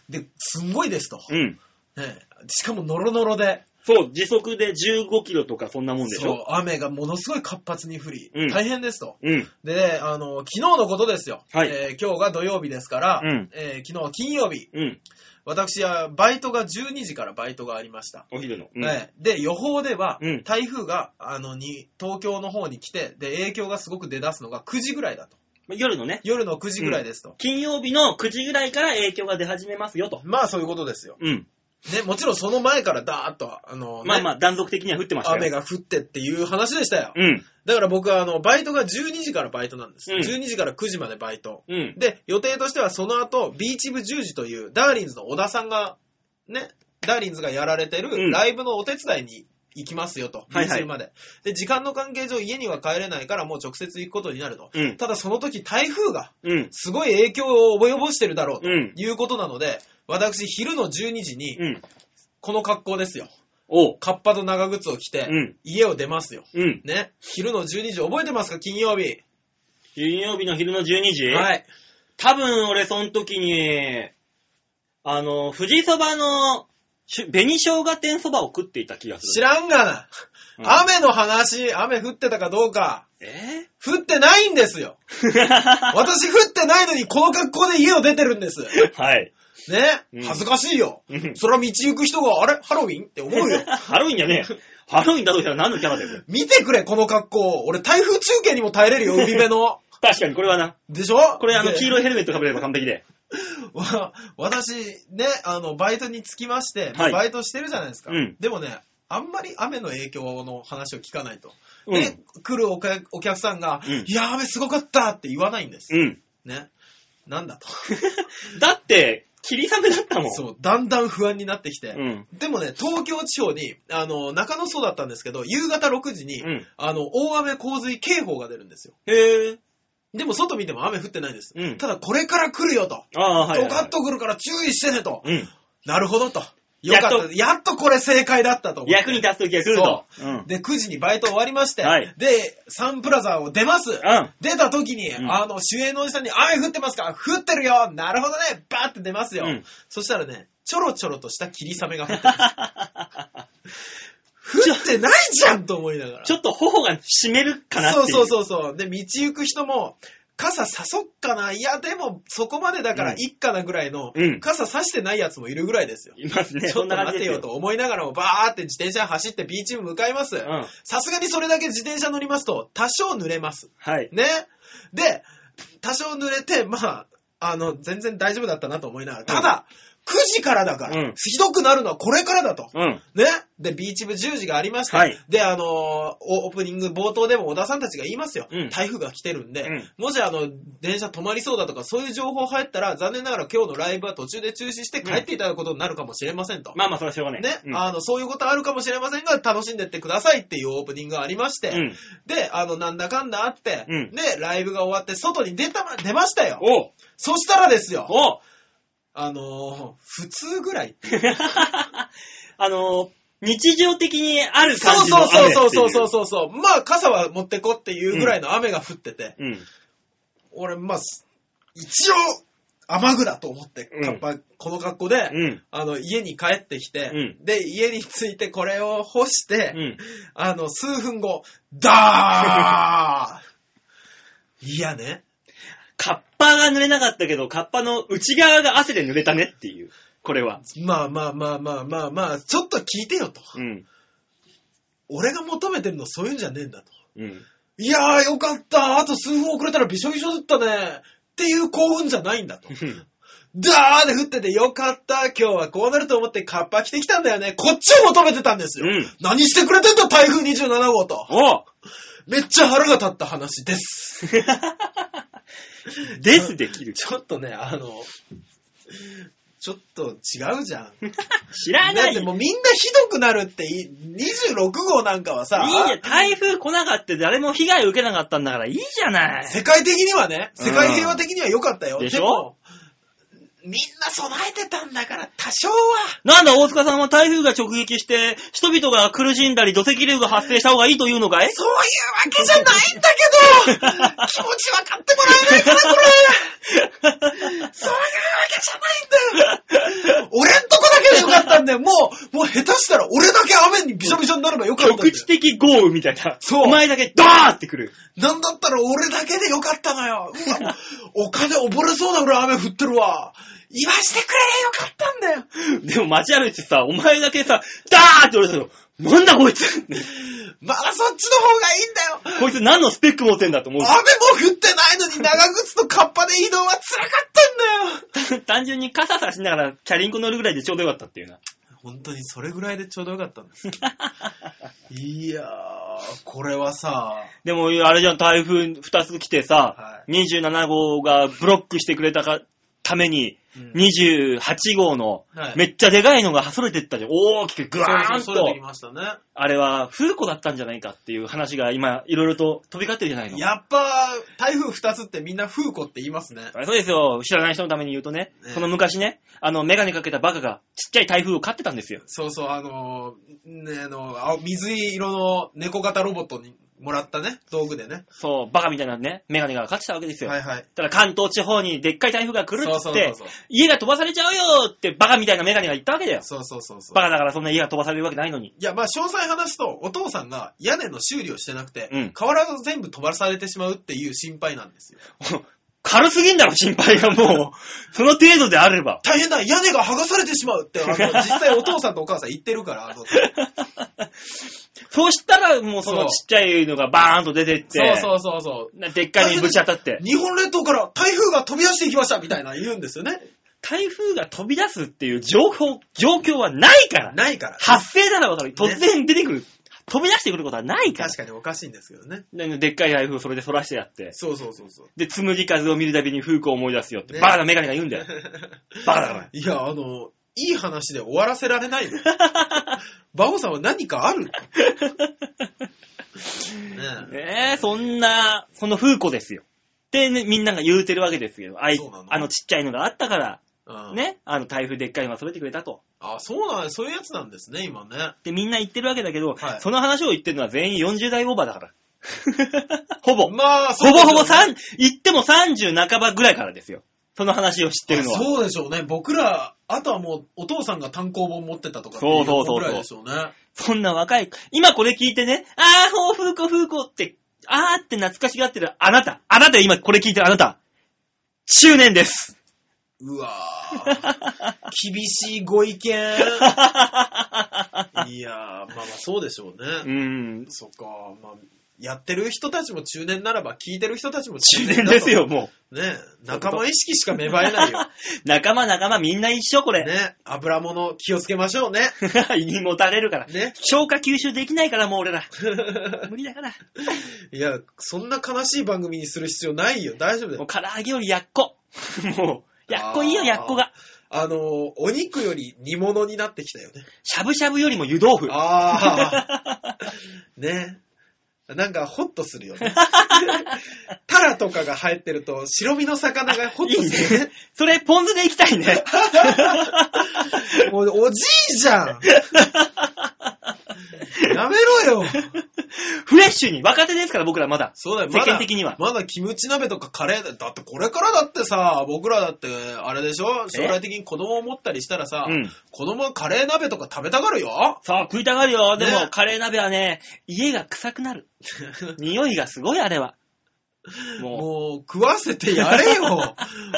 Speaker 3: で、すんごいですと。
Speaker 2: うん。
Speaker 3: ね、しかもノロノロで。
Speaker 2: そう、時速で15キロとかそんなもんでし
Speaker 3: そう
Speaker 2: ょ。、
Speaker 3: 雨がものすごい活発に降り、
Speaker 2: うん
Speaker 3: 大変ですと。
Speaker 2: うん。
Speaker 3: で、あの、昨日のことですよ。
Speaker 2: はい
Speaker 3: えー今日が土曜日ですから、
Speaker 2: うん
Speaker 3: えー昨日は金曜日、
Speaker 2: うん。
Speaker 3: 私はバイトが12時からバイトがありました。
Speaker 2: お昼の。うん。
Speaker 3: ねで、予報では、
Speaker 2: うん
Speaker 3: 台風が、あの、に、東京の方に来て、で、影響がすごく出だすのが9時ぐらいだと。
Speaker 2: まあ夜のね、
Speaker 3: 夜の9時ぐらいですと。
Speaker 2: 金曜日の9時ぐらいから影響が出始めますよと。
Speaker 3: まあ、そういうことですよ。
Speaker 2: うん。
Speaker 3: ね、もちろんその前からダーッと、あの、ね
Speaker 2: まあまあ、断続的には降ってましたよ。
Speaker 3: 雨が降ってっていう話でしたよ。
Speaker 2: うん。
Speaker 3: だから僕はあの、バイトが12時からバイトなんです。
Speaker 2: うん
Speaker 3: 12時から9時までバイト。
Speaker 2: うん。
Speaker 3: で、予定としてはその後、ビーチ部10時という、ダーリンズの小田さんが、ね、ダーリンズがやられて
Speaker 2: う
Speaker 3: る
Speaker 2: ん
Speaker 3: ライブのお手伝いに行きますよと、ビ
Speaker 2: はいはい
Speaker 3: ーチ部まで。で、時間の関係上家には帰れないからもう直接行くことになると。
Speaker 2: うん。
Speaker 3: ただその時台風が
Speaker 2: うん。
Speaker 3: すごい影響を及ぼしてるだろうと
Speaker 2: うん
Speaker 3: いうことなので、私昼の12時に
Speaker 2: うん。
Speaker 3: この格好ですよ。
Speaker 2: おう。
Speaker 3: カッパと長靴を着て
Speaker 2: うん
Speaker 3: 家を出ますよ。
Speaker 2: うん。
Speaker 3: ね、昼の12時覚えてますか金曜日。
Speaker 2: 金曜日の昼の12時
Speaker 3: はい。
Speaker 2: 多分俺その時に、あの、富士そばの、しゅ紅生姜店そばを食っていた気がす
Speaker 3: 知
Speaker 2: る。
Speaker 3: らんがな。
Speaker 2: うん
Speaker 3: 雨の話、雨降ってたかどうか。
Speaker 2: え
Speaker 3: 降ってないんです よ。
Speaker 2: ー
Speaker 3: 私降ってないのにこの格好で家を出てるんです。
Speaker 2: はい。う
Speaker 3: ね
Speaker 2: ん
Speaker 3: 恥ずかしいよ
Speaker 2: うん。。
Speaker 3: そら道行く人が、あれハロウィンって思うよ
Speaker 2: ハロウィンじゃねえよ。ハロウィンだとしたら何のキャラだよ。これ
Speaker 3: 見てくれ、この格好。俺台風中継にも耐えれるよ、海辺の。
Speaker 2: 確かにこれはな。
Speaker 3: でしょ
Speaker 2: これあの
Speaker 3: で
Speaker 2: 黄色いヘルメットかぶれば完璧で。
Speaker 3: わ 私ね、あの、バイトに着きまして、
Speaker 2: はい
Speaker 3: バイトしてるじゃないですか。
Speaker 2: うん
Speaker 3: でもね、あんまり雨の影響の話を聞かないと。
Speaker 2: う
Speaker 3: で
Speaker 2: ん。、
Speaker 3: 来るお客お客さんが、
Speaker 2: うん
Speaker 3: いやー雨すごかったって言わないんです。
Speaker 2: うん。
Speaker 3: ね。なんだと。
Speaker 2: だって、霧雨だったもん。
Speaker 3: そう、だんだん不安になってきて。
Speaker 2: うん。
Speaker 3: でもね、東京地方に、あの、中野そうだったんですけど、夕方6時に、
Speaker 2: うん
Speaker 3: あの、大雨洪水警報が出るんですよ。
Speaker 2: へえ。
Speaker 3: でも外見ても雨降ってないんです。
Speaker 2: うん
Speaker 3: ただこれから来るよと。
Speaker 2: ああ、はい、
Speaker 3: ド
Speaker 2: はい。
Speaker 3: カッと来るから注意してねと。
Speaker 2: うん。
Speaker 3: なるほどと。よかっ
Speaker 2: や
Speaker 3: た。や
Speaker 2: っ
Speaker 3: っとこれ正解だったと思って
Speaker 2: 役に立つ時が来ると。うん。
Speaker 3: で、9時にバイト終わりまして、
Speaker 2: はい
Speaker 3: で、サンプラザを出ます。
Speaker 2: ん
Speaker 3: 出た時に、
Speaker 2: うん
Speaker 3: あの、主演のおじさんに、雨降ってますか降ってるよなるほどねバーって出ますよ、
Speaker 2: うん
Speaker 3: そしたらね、ちょろちょろとした霧雨が降って くる降ってないじゃんと思いながら。
Speaker 2: ちょっと頬が湿るかなってい。
Speaker 3: そううそうそうそう。で、道行く人も、傘さそっかないや、でも、そこまでだから
Speaker 2: うん
Speaker 3: いっかなぐらいの、
Speaker 2: うん
Speaker 3: 傘さしてないやつもいるぐらいですよ。
Speaker 2: います ね。
Speaker 3: ちょ
Speaker 2: そ
Speaker 3: っ
Speaker 2: ん
Speaker 3: と
Speaker 2: な感
Speaker 3: 待
Speaker 2: じです
Speaker 3: てよ
Speaker 2: よ。
Speaker 3: と思いながらもバーって自転車走ってビーチ部向かいます
Speaker 2: うん。
Speaker 3: さすがにそれだけ自転車乗りますと多少濡れます
Speaker 2: はい。
Speaker 3: ねで多少濡れてまああの全然大丈夫だったなと思いながらただ、9時からだから、
Speaker 2: うん
Speaker 3: ひどくなるのはこれからだと。
Speaker 2: うん。
Speaker 3: ねで、ビーチ部10時がありまして、
Speaker 2: はい
Speaker 3: で、あのーオープニング冒頭でも小田さんたちが言いますよ。
Speaker 2: うん
Speaker 3: 台風が来てるんで、
Speaker 2: うん
Speaker 3: もしあの、電車止まりそうだとか、そういう情報入ったら、残念ながら今日のライブは途中で中止して帰っていただくことになるかもしれませんと。
Speaker 2: まあまあ、それはしょうがない。
Speaker 3: ね、
Speaker 2: うん、
Speaker 3: あの、そういうことあるかもしれませんが、楽しんでってくださいっていうオープニングがありまして、
Speaker 2: うん。
Speaker 3: で、あの、なんだかんだあって、
Speaker 2: うん
Speaker 3: で、ライブが終わって、外に出たま、出ましたよ。
Speaker 2: おう
Speaker 3: そしたらですよ、
Speaker 2: おう
Speaker 3: あのー普通ぐらい。
Speaker 2: あのー、日常的にある
Speaker 3: そ
Speaker 2: 感
Speaker 3: う
Speaker 2: じの
Speaker 3: そ
Speaker 2: 雨っ
Speaker 3: う
Speaker 2: てい
Speaker 3: そうそうそううそうそう。まあ、傘は持ってこっていうぐらいの雨が降ってて、
Speaker 2: う。うん。
Speaker 3: 俺、まあ、す一応、雨具だと思って、
Speaker 2: うん
Speaker 3: カッパ、この格好で、
Speaker 2: うん。
Speaker 3: あの、家に帰ってきて、
Speaker 2: う
Speaker 3: で、家に着いてこれを干して、
Speaker 2: うん。
Speaker 3: あの、数分後、ダ ーいやね、
Speaker 2: カッパが濡れなかったけど、カッパの内側が汗で濡れたねっていう。これは。
Speaker 3: まあまあまあまあまあまあ、ちょっと聞いてよと。
Speaker 2: うん。
Speaker 3: 俺が求めてるのそういうんじゃねえんだと。
Speaker 2: うん。
Speaker 3: いやーよかったあと数分遅れたらびしょびしょだったねっていう興奮じゃないんだと。ダーで降っててよかった今日はこうなると思ってカッパ着てきたんだよねこっちを求めてたんですよ、
Speaker 2: うん
Speaker 3: 何してくれてんだ台風27号と
Speaker 2: おう
Speaker 3: めっちゃ腹が立った話です。
Speaker 2: ですできる。
Speaker 3: ちょっとね、あの、ちょっと違うじゃん。
Speaker 2: 知ら
Speaker 3: だ
Speaker 2: ない
Speaker 3: って
Speaker 2: よ。
Speaker 3: もうみんなひどくなるってい、26号なんかはさ、
Speaker 2: いいじゃん。台風来なかった誰も被害受けなかったんだからいいじゃない。
Speaker 3: 世界的にはね、世界平和的には良かったよ。
Speaker 2: うんでし
Speaker 3: で
Speaker 2: ょ
Speaker 3: も、みんな備えてたんだから多少は、
Speaker 2: なんだ大塚さんは台風が直撃して、人々が苦しんだり土石流が発生した方がいいというのかい
Speaker 3: そういうわけじゃないんだけど、気持ち分かってもらえないからこ れ、そういうわけじゃないんだよ。俺んとこだけでよかったんだよ。もう、もう下手したら俺だけ雨にびしょびしょになればよかったんだ
Speaker 2: 局
Speaker 3: よ。
Speaker 2: 地的豪雨みたいな。
Speaker 3: そう
Speaker 2: お前だけドーってくる。
Speaker 3: なんだったら俺だけでよかったのよ。うわお金溺れそうなぐらい雨降ってるわ。言わしてくれりゃよかった んだよ。
Speaker 2: でも街歩いてさ、お前だけさ、ダーって俺たの。なんだこいつ
Speaker 3: まだそっちの方がいいんだよ。
Speaker 2: こいつ何のスペック持ってんだと思うし。
Speaker 3: 雨も降ってないのに長靴とカッパで移動は辛かったんだよ。
Speaker 2: 単純に傘差しながらチャリンコ乗るぐらいでちょうどよかったっていうな。
Speaker 3: 本当にそれぐらいでちょうどよかったんです。いやー、これはさ、
Speaker 2: でも、あれじゃん、台風2つ来てさ、
Speaker 3: は
Speaker 2: 27号がブロックしてくれたかために、
Speaker 3: うん
Speaker 2: 28号の、
Speaker 3: はい
Speaker 2: めっちゃでかいのがはそれてったじゃん。大きくグワーン
Speaker 3: そうそうそれで
Speaker 2: と
Speaker 3: き。ましたね。
Speaker 2: あれは、風子だったんじゃないかっていう話が今、いろいろと飛び交ってるじゃないの。
Speaker 3: やっぱ、台風二つってみんな風子って言いますね。
Speaker 2: そうですよ。知らない人のために言うとね、
Speaker 3: ね
Speaker 2: その昔ね、あの、メガネかけたバカが、ちっちゃい台風を飼ってたんですよ。
Speaker 3: そうそう、あのーね、あの、青水色の猫型ロボットにもらったね、道具でね。
Speaker 2: そう、バカみたいなね、メガネが飼ってたわけですよ。
Speaker 3: はいはい。
Speaker 2: ただ関東地方にでっかい台風が来るっつ
Speaker 3: そ
Speaker 2: っ
Speaker 3: うそう
Speaker 2: て
Speaker 3: そうそう、
Speaker 2: 家が飛ばされちゃうよってバカみたいなメガネが言ったわけだよ。
Speaker 3: そうそうそうそう
Speaker 2: バ。カだからそんな家が飛ばされるわけないのに。
Speaker 3: いや、まあ、詳細話すと、お父さんが屋根の修理をしてなくて、
Speaker 2: うん
Speaker 3: 瓦が全部飛ばされてしまうっていう心配なんですよ。
Speaker 2: 軽すぎんだろ、心配がも う。その程度であれば。
Speaker 3: 大変だ屋根が剥がされてしまうって、あの、実際お父さんとお母さん言ってるから、あ の
Speaker 2: そうしたらもうその
Speaker 3: そう
Speaker 2: ちっちゃいのがバーンと出てって、
Speaker 3: そうそうそうそう。
Speaker 2: なでっかいのにぶち当たって。
Speaker 3: 日本列島から台風が飛び出していきましたみたいな言うんですよね。
Speaker 2: 台風が飛び出すっていう情報、状況はないから。
Speaker 3: ないから。
Speaker 2: 発生ならわかる。
Speaker 3: ね
Speaker 2: 突然出てくる。飛び出してくることはないから。
Speaker 3: 確かにおかしいんですけどね。
Speaker 2: ででっかい台風をそれで反らしてやって。
Speaker 3: そうそうそうそう。
Speaker 2: で、つむじ風を見るたびに風光を思い出すよって、
Speaker 3: ね
Speaker 2: バカなメガネが言うんだよ。バカだから。
Speaker 3: いや、あの、いい話で終わらせられな いの。バオさんは何かある、ねえ
Speaker 2: ねえ、そんな、その風子ですよ。って、ね、みんなが言うてるわけですよ。あい
Speaker 3: そうなの
Speaker 2: あのちっちゃいのがあったから、
Speaker 3: うん、
Speaker 2: ね、あの台風でっかいのが揃えてくれたと。
Speaker 3: あ、そうなんそういうやつなんですね、今ね。
Speaker 2: ってみんな言ってるわけだけど、
Speaker 3: はい
Speaker 2: その話を言ってるのは全員40代オーバーだ から。ほぼ。
Speaker 3: まあ、
Speaker 2: ほぼほぼ
Speaker 3: さん
Speaker 2: 3、言っても30半ばぐらいからですよ。その話を知ってるのは。
Speaker 3: そうでしょうね。僕ら、あとはもう、お父さんが単行本持ってたとかってい
Speaker 2: そうそうそうそう
Speaker 3: ぐらいでしょうね。
Speaker 2: そんな若い、今これ聞いてね、あー、ほう、風子、風子って、あーって懐かしがってるあなた、あなた今これ聞いてるあなた、中年です。
Speaker 3: うわ ぁ。厳しいご意見。いやー、まあまあそうでしょうね。
Speaker 2: うん、
Speaker 3: そっか、まあ、やってる人たちも中年ならば、聞いてる人たちも
Speaker 2: 中
Speaker 3: 中
Speaker 2: 年
Speaker 3: 年だと
Speaker 2: です。よ、も
Speaker 3: ねえ仲間意識しか芽生え ないよ。
Speaker 2: う。仲間仲間みんな一緒、これ。
Speaker 3: ねえ油物気をつけましょうね。
Speaker 2: 胃にもたれるから。
Speaker 3: ね。
Speaker 2: 消化吸収できないから、もう俺ら。無理だから。
Speaker 3: いや、そんな悲しい番組にする必要ないよ。大丈夫だ
Speaker 2: もう
Speaker 3: よ。
Speaker 2: 唐揚げよりやっこ。 もう、やっこいいよ、
Speaker 3: あー
Speaker 2: やっこが。
Speaker 3: あのー、お肉より煮物になってきたよね。
Speaker 2: しゃぶしゃぶよりも湯豆腐。
Speaker 3: あ あ。ねえなんか、ホッとするよね。タラとかが入ってると、白身の魚がホッ
Speaker 2: い
Speaker 3: と
Speaker 2: い
Speaker 3: するよ
Speaker 2: ね。それ、ポン酢でいきたいね。
Speaker 3: ね。もう、おじいじゃん。やめろよ。
Speaker 2: フレッシュに、若手ですから僕らまだ。
Speaker 3: そうだよ、
Speaker 2: 世
Speaker 3: ま
Speaker 2: 間
Speaker 3: だ、
Speaker 2: 的には。
Speaker 3: まだキムチ鍋とかカレーだ、だってこれからだってさ、僕らだって、あれでしょ将来的に子供を持ったりしたらさ、
Speaker 2: うん
Speaker 3: 子供はカレー鍋とか食べたがるよ
Speaker 2: さあ、食いたがるよ。でも、
Speaker 3: ね
Speaker 2: カレー鍋はね、家が臭くな る。匂いがすごい、あれは。も
Speaker 3: もう、食わせてやれ よ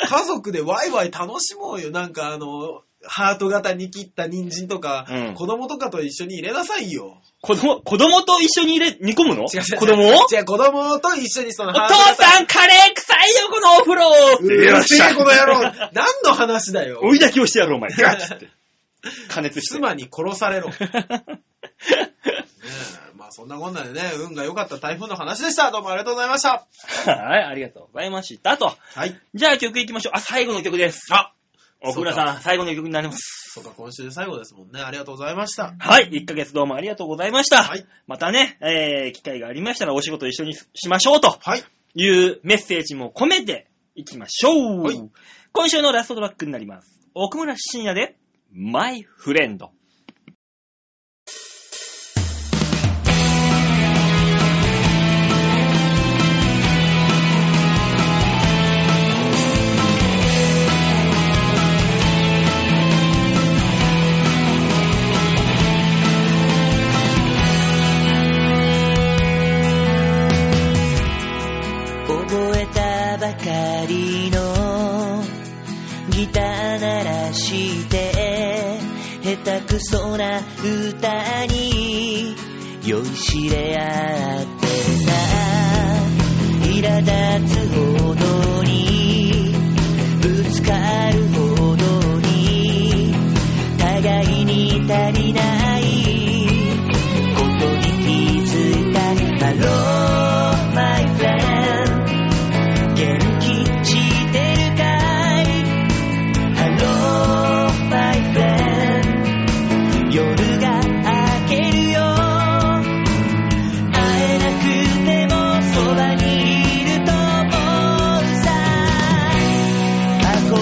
Speaker 3: 家族でワイワイ楽しもうよなんかあの、ハート型に切った人参とか、
Speaker 2: うん
Speaker 3: 子供とかと一緒に入れなさいよ。
Speaker 2: う、子供、子供と一緒に入れ、煮込むの
Speaker 3: 違う違う
Speaker 2: 子供を
Speaker 3: 違う、子供と一緒にその
Speaker 2: お
Speaker 3: ハー
Speaker 2: 父
Speaker 3: ト型。
Speaker 2: さん、カレー臭いよ、このお風呂
Speaker 3: うるせえ、この野郎
Speaker 2: 郎
Speaker 3: 何の話だよ
Speaker 2: 追いだきをしてやろう、 お前。ガッつって。加熱して。
Speaker 3: 妻に殺されろ。ねえまあそんなこんなでね、運が良かった台風の話でした。どうもありがとうございました。
Speaker 2: はい、ありがとうございました。と。
Speaker 3: はい。
Speaker 2: じゃあ曲いきましょう。あ、最後の曲です。
Speaker 3: あ
Speaker 2: 奥村さん、最後の曲になります。
Speaker 3: そうか、今週で最後ですもんね。ありがとうございました。
Speaker 2: はい、1ヶ月どうもありがとうございました。
Speaker 3: はい
Speaker 2: またね、えー、機会がありましたらお仕事一緒にしましょうと
Speaker 3: はい。
Speaker 2: いうメッセージも込めていきましょう。
Speaker 3: はい
Speaker 2: 今週のラストトラックになります。奥村深也で、マイフレンド。
Speaker 1: 覚えたばかりのギター鳴らして下手くそな歌に酔いしれ合ってた苛立つほどにぶつかるほどに互いに足りないことに気づいた Hello, my friend 元気してるかい Hello, my friend 夜が明けるよ会えなくてもそばにいると思うさ憧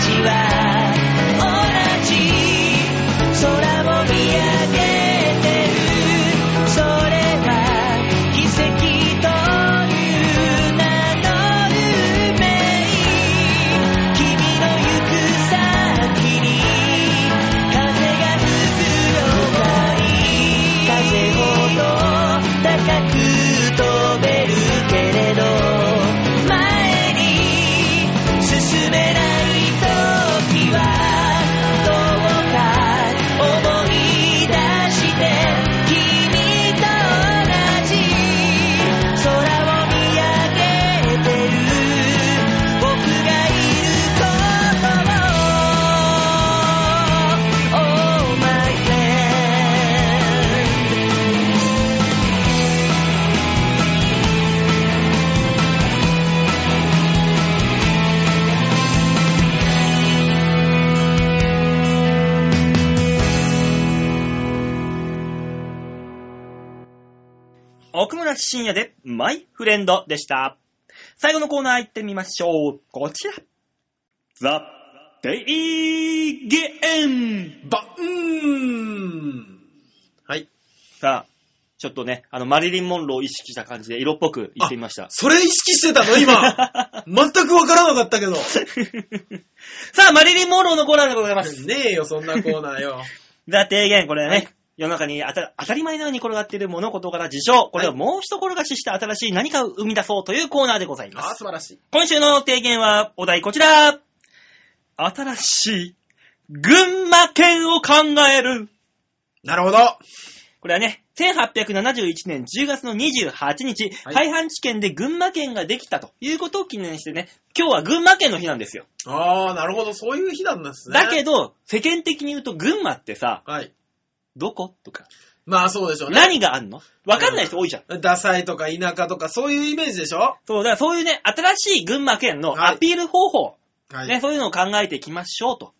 Speaker 1: ちは同じ空を見上げてるそれは奇跡という名の運命君の行く先に風が吹くように風ほど高く飛べるけれど前に進めない時はどうか思い出して君と同じ空を見上げてる僕がいることを Oh my friend
Speaker 2: 奥村深也で、マイフレンドでした。最後のコーナー行ってみましょう。こちら。ザ・デイゲーム
Speaker 3: バンはい。
Speaker 2: さあ、ちょっとね、あの、マリリン・モンローを意識した感じで色っぽく言ってみま した。
Speaker 3: それ意識してたの 今。全くわからなかったけど。ね
Speaker 2: さあ、マリリン・モンローのコーナーでございます。
Speaker 3: えよ、そんなコーナーよ。
Speaker 2: ザ・提言、これはね、
Speaker 3: はい
Speaker 2: 世の中に当た当たり前のように転がっている物事から事象、これをもう一転がしして新しい何かを生み出そうというコーナーでございま
Speaker 3: ああ、
Speaker 2: す。
Speaker 3: 素晴らしい。
Speaker 2: 今週の提言は、お題こちら新しい群馬県を考える
Speaker 3: なるほど。
Speaker 2: これはね、1871年10月の28日、
Speaker 3: はい
Speaker 2: 廃藩置県で群馬県ができたということを記念してね、今日は群馬県の日なんですよ。
Speaker 3: ああ、なるほど。そういう日なんですね。
Speaker 2: だけど、世間的に言うと群馬ってさ、
Speaker 3: はい。
Speaker 2: どことか、
Speaker 3: まあ、そうでしょうね。
Speaker 2: 何があんのわかんない人多いじゃん。
Speaker 3: ダサいとか田舎とか、そういうイメージでしょ
Speaker 2: そう、だからそういうね、新しい群馬県の
Speaker 3: はい
Speaker 2: アピール方法、
Speaker 3: は
Speaker 2: ね、そういうのを考えていきましょうと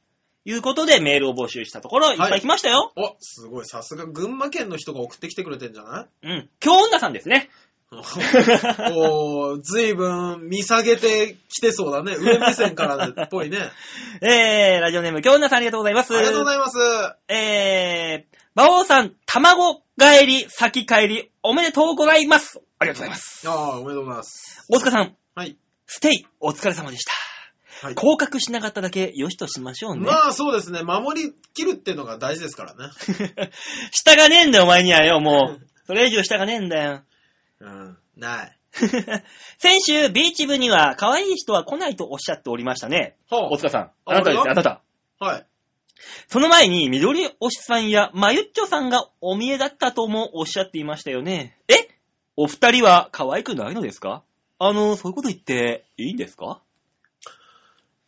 Speaker 2: いうことでメールを募集したところ、いっぱい来ましたよ。
Speaker 3: お、すごい。さすが群馬県の人が送ってきてくれてんじゃ な
Speaker 2: う
Speaker 3: い
Speaker 2: ん。京女さんですね。
Speaker 3: おー、ずいぶん見下げてきてそうだね。上目線からっぽいね。
Speaker 2: えー、ラジオネーム京女さんありがとうございま
Speaker 3: あ
Speaker 2: す。
Speaker 3: りがとうござい ます。
Speaker 2: えー、馬王さん、卵帰り、先帰り、おめでとうございます。ありがとうございます。
Speaker 3: ああ、おめでとうございます。
Speaker 2: 大塚さん、
Speaker 3: はい。
Speaker 2: ステイ、お疲れ様でした。
Speaker 3: はい
Speaker 2: 降格しなかっただけ、よしとしましょうね。
Speaker 3: まあそうですね。守り切るっていうのが大事ですからね。
Speaker 2: 下がねえんだよ、お前にはよ、もう。それ以上下がねえんだよ。
Speaker 3: うん。ない。
Speaker 2: 先週、ビーチ部には、可愛い人は来ないとおっしゃっておりましたね。
Speaker 3: は
Speaker 2: 大塚さん、あ
Speaker 3: あ
Speaker 2: なたです
Speaker 3: 俺
Speaker 2: よ、
Speaker 3: が
Speaker 2: あなた。
Speaker 3: あ、はい。
Speaker 2: その前に、緑推しさんやまゆっちょさんがお見えだったともおっしゃっていましたよね。えお二人は可愛くないのですかあの、そういうこと言っていいんですか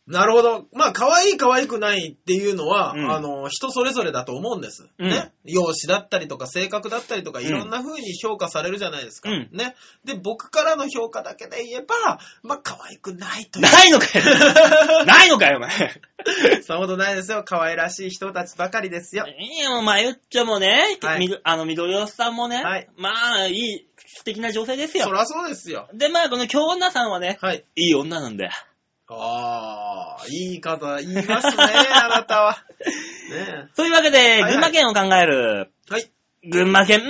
Speaker 3: なるほど。まあ、可愛い可愛くないっていうのは、
Speaker 2: うん
Speaker 3: あの、人それぞれだと思うんです。
Speaker 2: うん
Speaker 3: ね。容姿だったりとか、性格だったりとか、
Speaker 2: うん
Speaker 3: いろんな風に評価されるじゃないですか。
Speaker 2: うん
Speaker 3: ね。で、僕からの評価だけで言えば、まあ、可愛くないという。
Speaker 2: ないのかよ ないのかよ、お前。
Speaker 3: そんなことないですよ。可愛らしい人たちばかりですよ。
Speaker 2: いいよ、まゆっちょもね、
Speaker 3: はい
Speaker 2: みどあの、緑推しさんもね、
Speaker 3: はい
Speaker 2: まあ、いい、素敵な女性です
Speaker 3: そ
Speaker 2: よ。
Speaker 3: らそうですよ。
Speaker 2: で、まあ、この京女さんはね、
Speaker 3: はい。
Speaker 2: いい女なんだよ。
Speaker 3: ああ、いい方、言い ますね、あなたは。ね
Speaker 2: というわけで、
Speaker 3: はい
Speaker 2: 群馬県を考える。
Speaker 3: え。はい。
Speaker 2: 群馬県、うー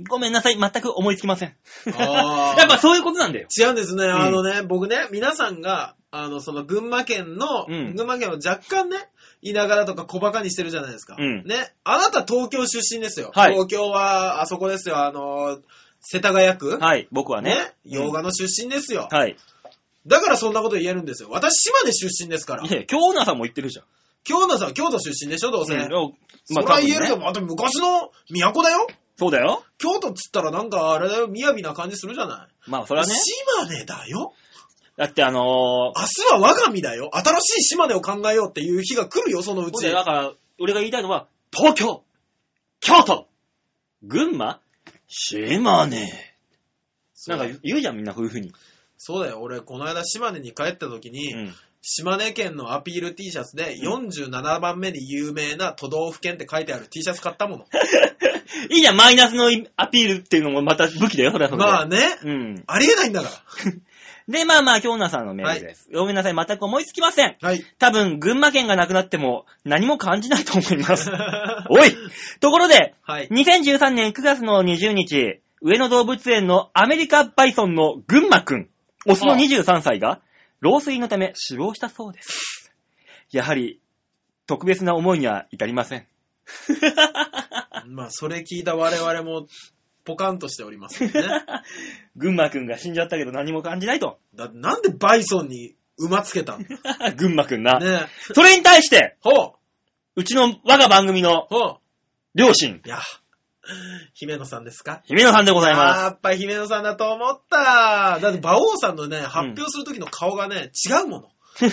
Speaker 2: ん、ごめんなさい、全く思いつきません。
Speaker 3: あ ー
Speaker 2: やっぱそういうことなんだよ。
Speaker 3: 違うんですね。
Speaker 2: ん
Speaker 3: あのね、僕ね、皆さんが、あの、その、群馬県の、
Speaker 2: うん
Speaker 3: 群馬県を若干ね、田舎だとか小馬鹿にしてるじゃないですか。
Speaker 2: うん
Speaker 3: ね。あなた東京出身ですよ。
Speaker 2: はい
Speaker 3: 東京は、あそこですよ、あの、世田谷区。
Speaker 2: はい、僕はね。
Speaker 3: ね。洋画の出身ですよ、
Speaker 2: はい。
Speaker 3: だからそんなこと言えるんですよ。私、島根出身ですから
Speaker 2: い。や、京女さんも言ってるじゃん。
Speaker 3: 京都さん、京都出身でしょ、どうせ。
Speaker 2: まあ
Speaker 3: それは言える
Speaker 2: 多分
Speaker 3: け
Speaker 2: ね
Speaker 3: ど、また昔の都だよ。
Speaker 2: そうだよ。
Speaker 3: 京都っつったらなんかあれだよ、雅な感じするじゃない。
Speaker 2: まあ、それはね。
Speaker 3: 島根だよ。
Speaker 2: だって、あのー、
Speaker 3: 明日は我が身だよ。新しい島根を考えようっていう日が来るよ、そのう
Speaker 2: そう
Speaker 3: ち。
Speaker 2: だよだから、俺が言いたいのは、東京、京都、群馬、島根。
Speaker 3: そ
Speaker 2: な
Speaker 3: うんだ
Speaker 2: か
Speaker 3: よ
Speaker 2: 言うじゃん、みんな、こういうふうに。
Speaker 3: そうだよ。俺、この間島根に帰った時に、
Speaker 2: うん。
Speaker 3: 島根県のアピール T シャツで、47番目に有名な都道府県って書いてある T シャツ買ったもの。
Speaker 2: いいじゃん、マイナスのアピールっていうのもまた武器だよ、それはそれで。
Speaker 3: まあね、
Speaker 2: うん。
Speaker 3: ありえないんだから。
Speaker 2: で、まあまあ、京奈さんのメールです。ごめんなさい、全く思いつきません。
Speaker 3: はい。
Speaker 2: 多分、群馬県がなくなっても何も感じないと思い ます。おいところで、
Speaker 3: はい。
Speaker 2: 2013年9月の20日、上野動物園のアメリカバイソンの群馬くん、オスの23歳が、老衰のため死亡したそうです。やはり、特別な思いには至りません。
Speaker 3: まあ、それ聞いた我々も、ポカンとしておりますよね。
Speaker 2: 群馬くんが死んじゃったけど何も感じないと。
Speaker 3: だってなんでバイソンに馬つけたのね
Speaker 2: 群馬くんな。
Speaker 3: え。
Speaker 2: それに対して、
Speaker 3: ほう
Speaker 2: うちの我が番組の
Speaker 3: ほう
Speaker 2: 両親、
Speaker 3: いや、姫野さんですか
Speaker 2: 姫野さんでござい
Speaker 3: や
Speaker 2: ま
Speaker 3: っぱり姫野さんだと思った。だって、馬王さんのね、発表する時の顔がね、違うもの。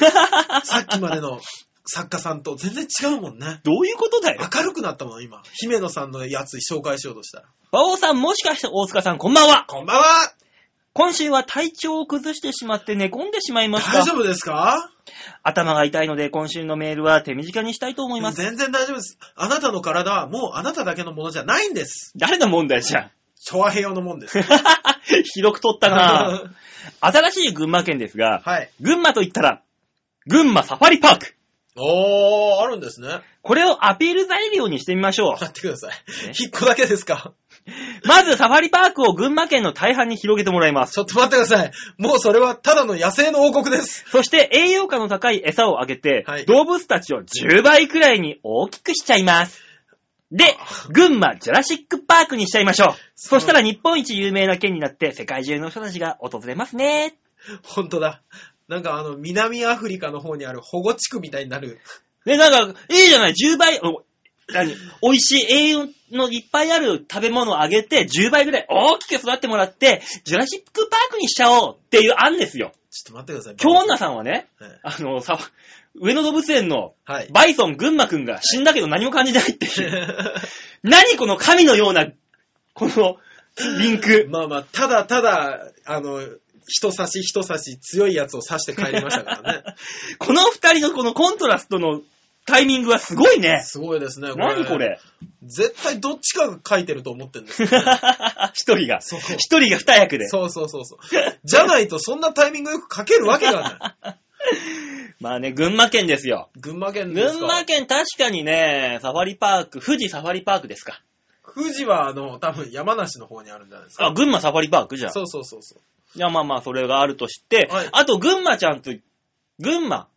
Speaker 3: さっきまでの作家さんと全然違うもんね
Speaker 2: す。。どういうことだよ
Speaker 3: 明るくなったもん、今。姫野さんのやつ紹介しようとしたら。
Speaker 2: 馬王さんもしかして大塚さんこんばんは
Speaker 3: こんばんは
Speaker 2: 今週は体調を崩してしまって寝込んでしまいました。
Speaker 3: 大丈夫ですか
Speaker 2: 頭が痛いので今週のメールは手短にしたいと思います。
Speaker 3: 全然大丈夫です。あなたの体はもうあなただけのものじゃないんです。
Speaker 2: 誰の問題じゃん。
Speaker 3: 昭和平和のもんです。
Speaker 2: ひどく取ったな新しい群馬県ですが、
Speaker 3: はい。
Speaker 2: 群馬と言ったら、群馬サファリパーク。
Speaker 3: おー、あるんですね。
Speaker 2: これをアピール材料にしてみまし ょ
Speaker 3: 待ってください
Speaker 2: ね。
Speaker 3: 一個だけですか
Speaker 2: う。まずサファリパークを群馬県の大半に広げてもらいます。
Speaker 3: ちょっと待ってください。もうそれはただの野生の王国です。
Speaker 2: そして栄養価の高い餌をあげて、
Speaker 3: はい
Speaker 2: 動物たちを10倍くらいに大きくしちゃいます。で、群馬ジュラシックパークにしちゃいましょう。そしたら日本一有名な県になって世界中の人たちが訪れますね。
Speaker 3: 本当だ。なんかあの、南アフリカの方にある保護地区みたいになる。
Speaker 2: で、なんか、いいじゃない、10倍、お何美味しい栄養のいっぱいある食べ物をあげて、10倍ぐらい大きく育ってもらって、ジュラシックパークにしちゃおうっていう案ですよ。
Speaker 3: ちょっと待ってください。
Speaker 2: 今日女さんはね、
Speaker 3: はい
Speaker 2: あの、さ、上野動物園の
Speaker 3: はい。
Speaker 2: バイソン群馬くんが死んだけど何も感じないっていう。何この神のような、この、リンク。
Speaker 3: まあまあ、ただただ、あの、人差し人差し強いやつを刺して帰りました からね。
Speaker 2: この二人のこのコントラストのタイミングはすごいね。
Speaker 3: すごいですね、これ。
Speaker 2: 何こ れ
Speaker 3: 絶対どっちかが書いてると思ってるんですよ。
Speaker 2: 一人が。
Speaker 3: そう
Speaker 2: 一人が二役で。
Speaker 3: そうそうそうそう。じゃないとそんなタイミングよく書けるわけがない。
Speaker 2: まあね、群馬県ですよ。
Speaker 3: 群馬県ですか
Speaker 2: 群馬県確かにね、サファリパーク、富士サファリパークですか。
Speaker 3: 富士はあの、多分山梨の方にあるんじゃないですか。
Speaker 2: あ、群馬サファリパークじゃん。
Speaker 3: そうそうそうそう。
Speaker 2: いや、まあまあ、それがあるとして、
Speaker 3: はい
Speaker 2: あと、群馬ちゃんと、群馬。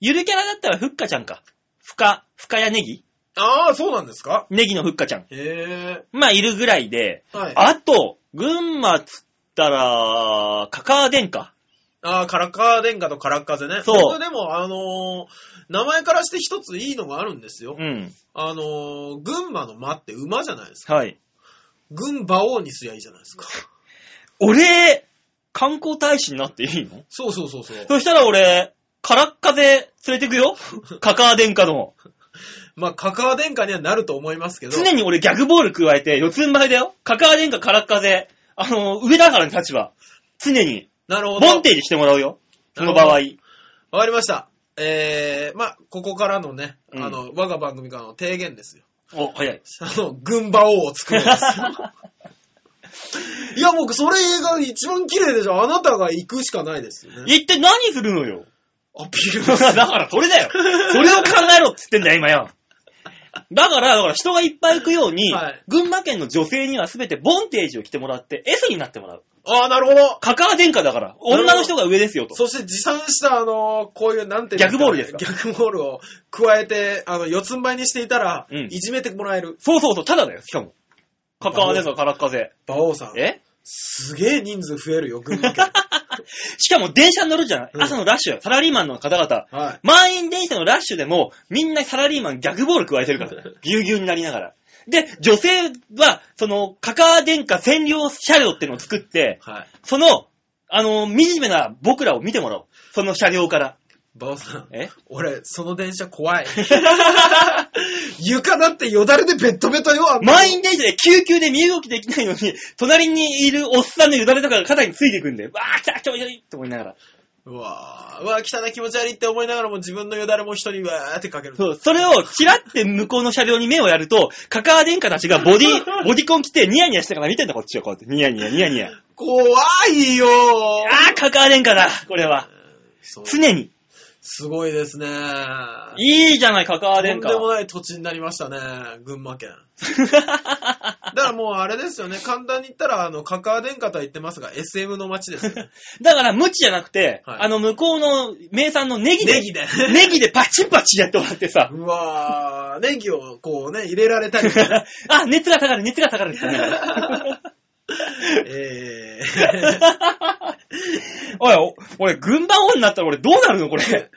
Speaker 2: ゆるキャラだったらふっかちゃんか。ふか、ふかやネギ
Speaker 3: ああ、そうなんですか
Speaker 2: ネギのふっかちゃん。
Speaker 3: へ
Speaker 2: まあ、いるぐらいで、
Speaker 3: え。はい。あ
Speaker 2: あと、群馬っつったら、カカア殿下。
Speaker 3: あー、カラカー殿下とカラッカゼね。
Speaker 2: そう
Speaker 3: 僕でも、あのー名前からして一ついいのがあるんですよ。
Speaker 2: うん。
Speaker 3: あのー群馬の馬って馬じゃないですか。
Speaker 2: はい。
Speaker 3: 群馬王にすりゃいいじゃないですか。
Speaker 2: 俺、観光大使になっていいの
Speaker 3: そうそうそうそう。
Speaker 2: そしたら俺、カラッカで連れてく よ。カカア殿下の。
Speaker 3: まあ、カカー殿下にはなると思いますけど。
Speaker 2: 常に俺ギャグボール加えて、四つん這いだよ。カカア殿下、カラッカで。あの、上だからね、立場。常に。
Speaker 3: なるほど。
Speaker 2: ボンテージしてもらうよ。その場合。
Speaker 3: わかりました。えー、まあ、ここからのね、
Speaker 2: うん
Speaker 3: あの、我が番組からの提言ですよ。
Speaker 2: お、早い。
Speaker 3: あの、群馬王を作るん ですよ。いや、僕、それが一番綺麗でしょ。あなたが行くしかないですよね。
Speaker 2: 一体何するのよ。
Speaker 3: アピール
Speaker 2: だ からそれ だよ。それを考えろっつってんだよ、今よ。だから、だから人がいっぱい行くように、
Speaker 3: はい
Speaker 2: 群馬県の女性には全てボンテージを着てもらって、S になってもらう。
Speaker 3: ああ、なるほど。
Speaker 2: カカア殿下だから、女の人が上ですよと。
Speaker 3: そして持参した、あの、こういう、なんていうん
Speaker 2: 逆ボールですか
Speaker 3: 逆ボールを加えて、あの、四つん這いにしていたら、
Speaker 2: うん
Speaker 3: いじめてもらえる。
Speaker 2: そうそうそう、ただだよ、しかも。カカア殿下、カラッカ勢。
Speaker 3: 馬王さん。
Speaker 2: え
Speaker 3: すげえ人数増えるよ、群馬 県。
Speaker 2: しかも電車に乗るじゃない、
Speaker 3: うん
Speaker 2: 朝のラッシュ、サラリーマンの方々。
Speaker 3: はい。
Speaker 2: 満員電車のラッシュでも、みんなサラリーマン逆ボール加えてる から。ぎゅうぎゅうになりながら。で、女性は、その、カカア殿下専用車両っていうのを作って、
Speaker 3: はい。
Speaker 2: その、あの、惨めな僕らを見てもらおう。その車両から。
Speaker 3: 馬王さん。
Speaker 2: え
Speaker 3: 俺、その電車怖い。 床だってよだれでベッドベトよ、あんなの
Speaker 2: 満員電車で救急で身動きできないのに、隣にいるおっさんのよだれとかが肩についてくんで、わー、来た、ちょいちょいって思いながら。
Speaker 3: うわーうわー汚い気持ち悪いって思いながらも自分のよだれも人にわーってかける。
Speaker 2: そう、それを、キラって向こうの車両に目をやると、カカア殿下たちがボディ、ボディコン来てニヤニヤしてから見てんだ、こっちをこうやって。ニヤニヤ、ニヤニヤ。
Speaker 3: 怖いよ
Speaker 2: あー、カカア殿下だ、これは。
Speaker 3: そう
Speaker 2: 常に。
Speaker 3: すごいですね。
Speaker 2: いいじゃない、カカア
Speaker 3: とん
Speaker 2: 殿下
Speaker 3: で。もない土地になりましたね、群馬県。だからもうあれですよね、簡単に言ったら、あの、カカア殿下とは言ってますが、SM の街 ですね。
Speaker 2: だから、無知じゃなくて、
Speaker 3: はい
Speaker 2: あの、向こうの名産のネギで、
Speaker 3: ネギで
Speaker 2: ネギでパチンパチやってもらってさ、
Speaker 3: うわー、ネギをこうね、入れら れたりとか。
Speaker 2: あ、熱が下がる、熱が下がるって言いながら
Speaker 3: え
Speaker 2: おい、お俺、軍番王になったら俺どうなるの、これ。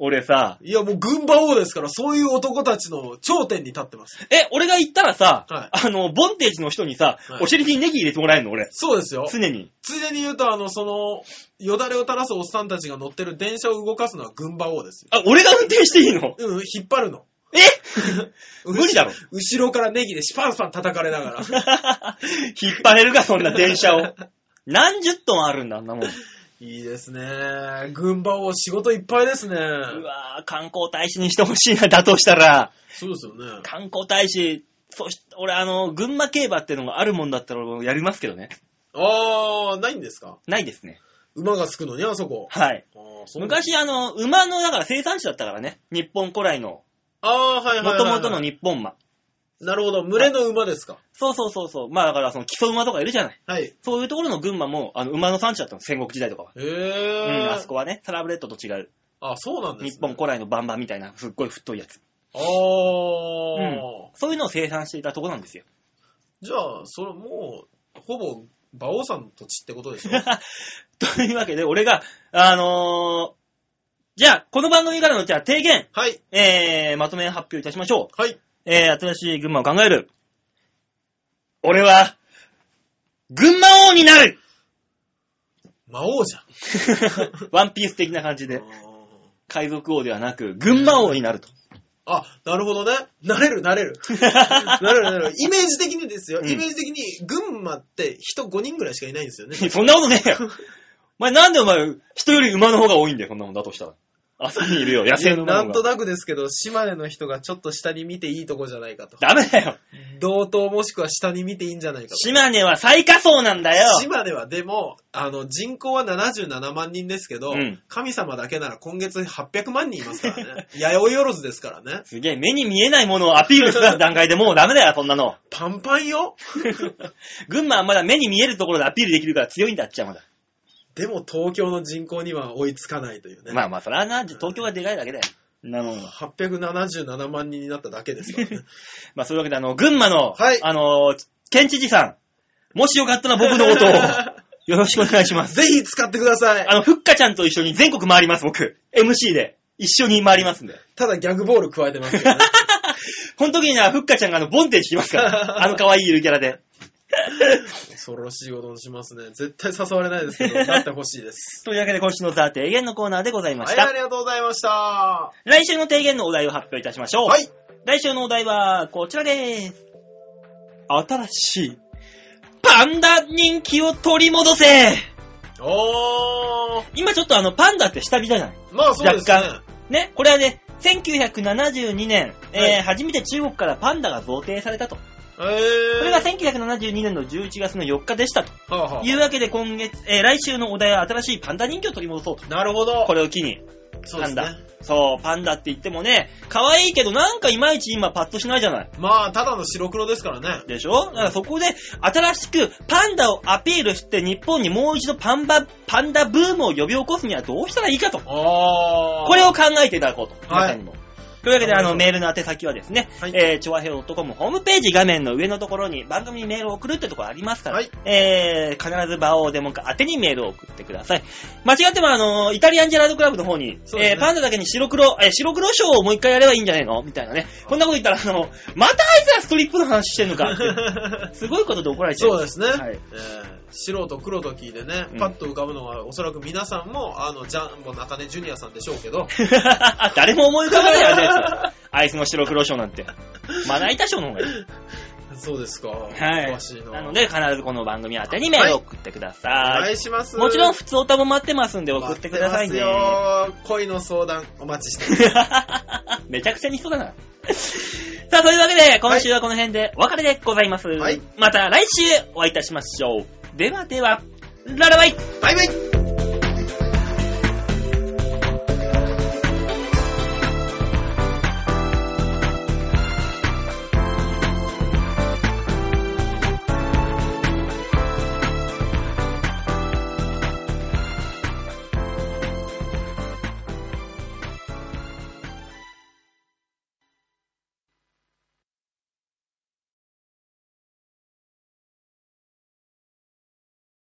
Speaker 2: 俺さ、
Speaker 3: ー、いやもう群馬王ですから、そういう男たちの頂点に立ってます。
Speaker 2: え、俺が行ったらさ、
Speaker 3: は
Speaker 2: あの、ボンテージの人にさ、
Speaker 3: はい
Speaker 2: お尻にネギ入れてもらえるの、俺。
Speaker 3: そうですよ。
Speaker 2: 常に。
Speaker 3: ついでに言うと、あの、その、よだれを垂らすおっさんたちが乗ってる電車を動かすのは群馬王ですよ。
Speaker 2: あ、俺が運転していいの
Speaker 3: うん、引っ張るの。
Speaker 2: え無理だろ。
Speaker 3: 後ろからネギでシパンシパン叩かれながら。
Speaker 2: 引っ張れるか、そんな電車 を。何十トンあるんだ、あんなもん。う
Speaker 3: いいですね。群馬王仕事いっぱいですね。
Speaker 2: わぁ、観光大使にしてほしいな、だとしたら。
Speaker 3: そうですよね。
Speaker 2: 観光大使、そし、俺、あの、群馬競馬ってのがあるもんだったら、俺やりますけどね。
Speaker 3: あー、ないんですか
Speaker 2: ないですね。
Speaker 3: 馬がつくのに、あそこ。
Speaker 2: はい。
Speaker 3: あーそうなんだ
Speaker 2: 昔、あの、馬の、だから生産地だったからね。日本古来の、
Speaker 3: あー、はいはい
Speaker 2: 元
Speaker 3: はい、はい。
Speaker 2: 々の日本馬。
Speaker 3: なるほど。群れの馬ですか。
Speaker 2: そうそうそうそう。まあだから、その、基礎馬とかいるじゃない。
Speaker 3: はい。
Speaker 2: そういうところの群馬も、あの、馬の産地だったの、戦国時代とかは。
Speaker 3: へ
Speaker 2: う
Speaker 3: ー。
Speaker 2: ん、あそこはね、サラブレッドと違う。
Speaker 3: あ、そうなんです、
Speaker 2: 日本。古来のバンバンみたいな、すっごい太いやつ。
Speaker 3: あー。
Speaker 2: そういうのを生産していたとこなんですよ。
Speaker 3: じゃあ、それもう、ほぼ、馬王さんの土地ってことでしょ
Speaker 2: というわけで、俺が、あのーじゃあ、この番組からの、じゃあ、提言、
Speaker 3: はい。
Speaker 2: えー、まとめ発表いたしましょう。
Speaker 3: はい。
Speaker 2: えー、新しい群馬を考える。俺は、群馬王にな る
Speaker 3: 魔王じゃん。
Speaker 2: ワンピース的な感じで、
Speaker 3: あー
Speaker 2: 海賊王ではなく、群馬王になると。
Speaker 3: あ、なるほどね。なれる、なれる。なれる、なれる。イメージ的にですよ。
Speaker 2: うん
Speaker 3: イメージ的に、群馬って人5人ぐらいしかいないんですよね。
Speaker 2: そんなことねえよ。お前なんでお前、人より馬の方が多いんだよ、こんなもんだとしたら。あそこにいるよ、野生の馬
Speaker 3: な
Speaker 2: の
Speaker 3: ん
Speaker 2: 方
Speaker 3: と
Speaker 2: が。
Speaker 3: なくですけど、島根の人がちょっと下に見ていいとこじゃないかと。
Speaker 2: ダメだよ。
Speaker 3: 同等もしくは下に見ていいんじゃないかと。
Speaker 2: 島根は最下層なんだよ。
Speaker 3: 島根はでも、あの、人口は77万人ですけど、
Speaker 2: うん
Speaker 3: 神様だけなら今月800万人いますか らね。弥生よろずですからね。
Speaker 2: すげえ、目に見えないものをアピールした段階でもうダメだよ、そんなの。
Speaker 3: パンパンよ。
Speaker 2: 群馬はまだ目に見えるところでアピールできるから強いんだっちゃまだ。
Speaker 3: でも東京の人口には追いつかないというね。
Speaker 2: まあまあ、それはな、東京がでかいだけだよ。なの。
Speaker 3: 877万人になっただけですからね。
Speaker 2: まあ、そういうわけで、あの、群馬の、
Speaker 3: はい
Speaker 2: あの、県知事さん、もしよかったら僕のこと を、よろしくお願いします。
Speaker 3: ぜひ使ってください。
Speaker 2: あの、ふっかちゃんと一緒に全国回ります、僕。MC で。一緒に回りますんで。
Speaker 3: ただギャグボール加えてますけどね。
Speaker 2: この時には、ふっかちゃんがあの、ボンテージ来ます から。あの可愛いゆるキャラで。
Speaker 3: 恐ろしいことをしますね。絶対誘われな いですけど、なってほしいです。
Speaker 2: というわけで、今週のザ・提言のコーナーでございま
Speaker 3: は
Speaker 2: し
Speaker 3: い、
Speaker 2: た。
Speaker 3: ありがとうございました。は
Speaker 2: 来週の提言のお題を発表いたしましょう。
Speaker 3: い。
Speaker 2: 来週のお題はこちらです。新しいパンダ人気を取り戻せ
Speaker 3: おー。
Speaker 2: 今ちょっとあのパンダって下火じゃない
Speaker 3: まあそうですね。
Speaker 2: 若ね、これはね、1972年、えー
Speaker 3: はい
Speaker 2: 初めて中国からパンダが贈呈されたと。こ
Speaker 3: え
Speaker 2: れが
Speaker 3: ー。
Speaker 2: 1972年の11月の4日でしたと。
Speaker 3: はあはあ
Speaker 2: いうわけで今月、えー来週のお題は新しいパンダ人気を取り戻そうと。
Speaker 3: なるほど。
Speaker 2: これを機に。
Speaker 3: そうです
Speaker 2: な
Speaker 3: ね
Speaker 2: ん。そう、パンダって言ってもね、可愛いけどなんかいまいち今パッとしないじゃない。
Speaker 3: まあ、ただの白黒ですからね。
Speaker 2: でしょだからそこで新しくパンダをアピールして日本にもう一度パンバパンダブームを呼び起こすにはどうしたらいいかと。
Speaker 3: あー。
Speaker 2: これを考えていただこうと。皆さんにも。というわけで、あ
Speaker 3: なる
Speaker 2: の、
Speaker 3: ほど
Speaker 2: メールの宛先はですね、
Speaker 3: はい
Speaker 2: えー、ちょわへお .com ホームページ画面の上のところに番組にメールを送るってところありますから、
Speaker 3: はい
Speaker 2: えー、必ず場をデモか宛てにメールを送ってください。間違っても、あの、イタリアンジェラードクラブの方に、
Speaker 3: そうです
Speaker 2: えー、
Speaker 3: ね
Speaker 2: パンダだけに白黒、えー、白黒ショーをもう一回やればいいんじゃねえのみたいなね。こんなこと言ったら、あの、またあいつらストリップの話してんのかって。 すごいことで怒られちゃう。
Speaker 3: そうですね、
Speaker 2: はい
Speaker 3: えー白と黒と聞いてね
Speaker 2: うん、
Speaker 3: パッと浮かぶのは、おそらく皆さんも、あの、ジャンボ中根ジュニアさんでしょ うけど、
Speaker 2: 誰も思い浮かばないよねやつ。アイスの白黒賞なんて。まな板賞の方がいい。
Speaker 3: そうですか。
Speaker 2: はい
Speaker 3: 詳しいな。
Speaker 2: なので、必ずこの番組宛てにメールを送ってくだ
Speaker 3: お
Speaker 2: さ
Speaker 3: 願
Speaker 2: い。
Speaker 3: いします。
Speaker 2: もちろん、普通歌も待ってますんで送ってくださいね。
Speaker 3: 待ってますよ。恋の相談お待ちしてます。
Speaker 2: めちゃくちゃに人だな。さあ、というわけで、今週はこの辺でお別れでございます。
Speaker 3: はい
Speaker 2: また来週お会いいたしましょう。ではでは、ララバイ
Speaker 3: バイバイ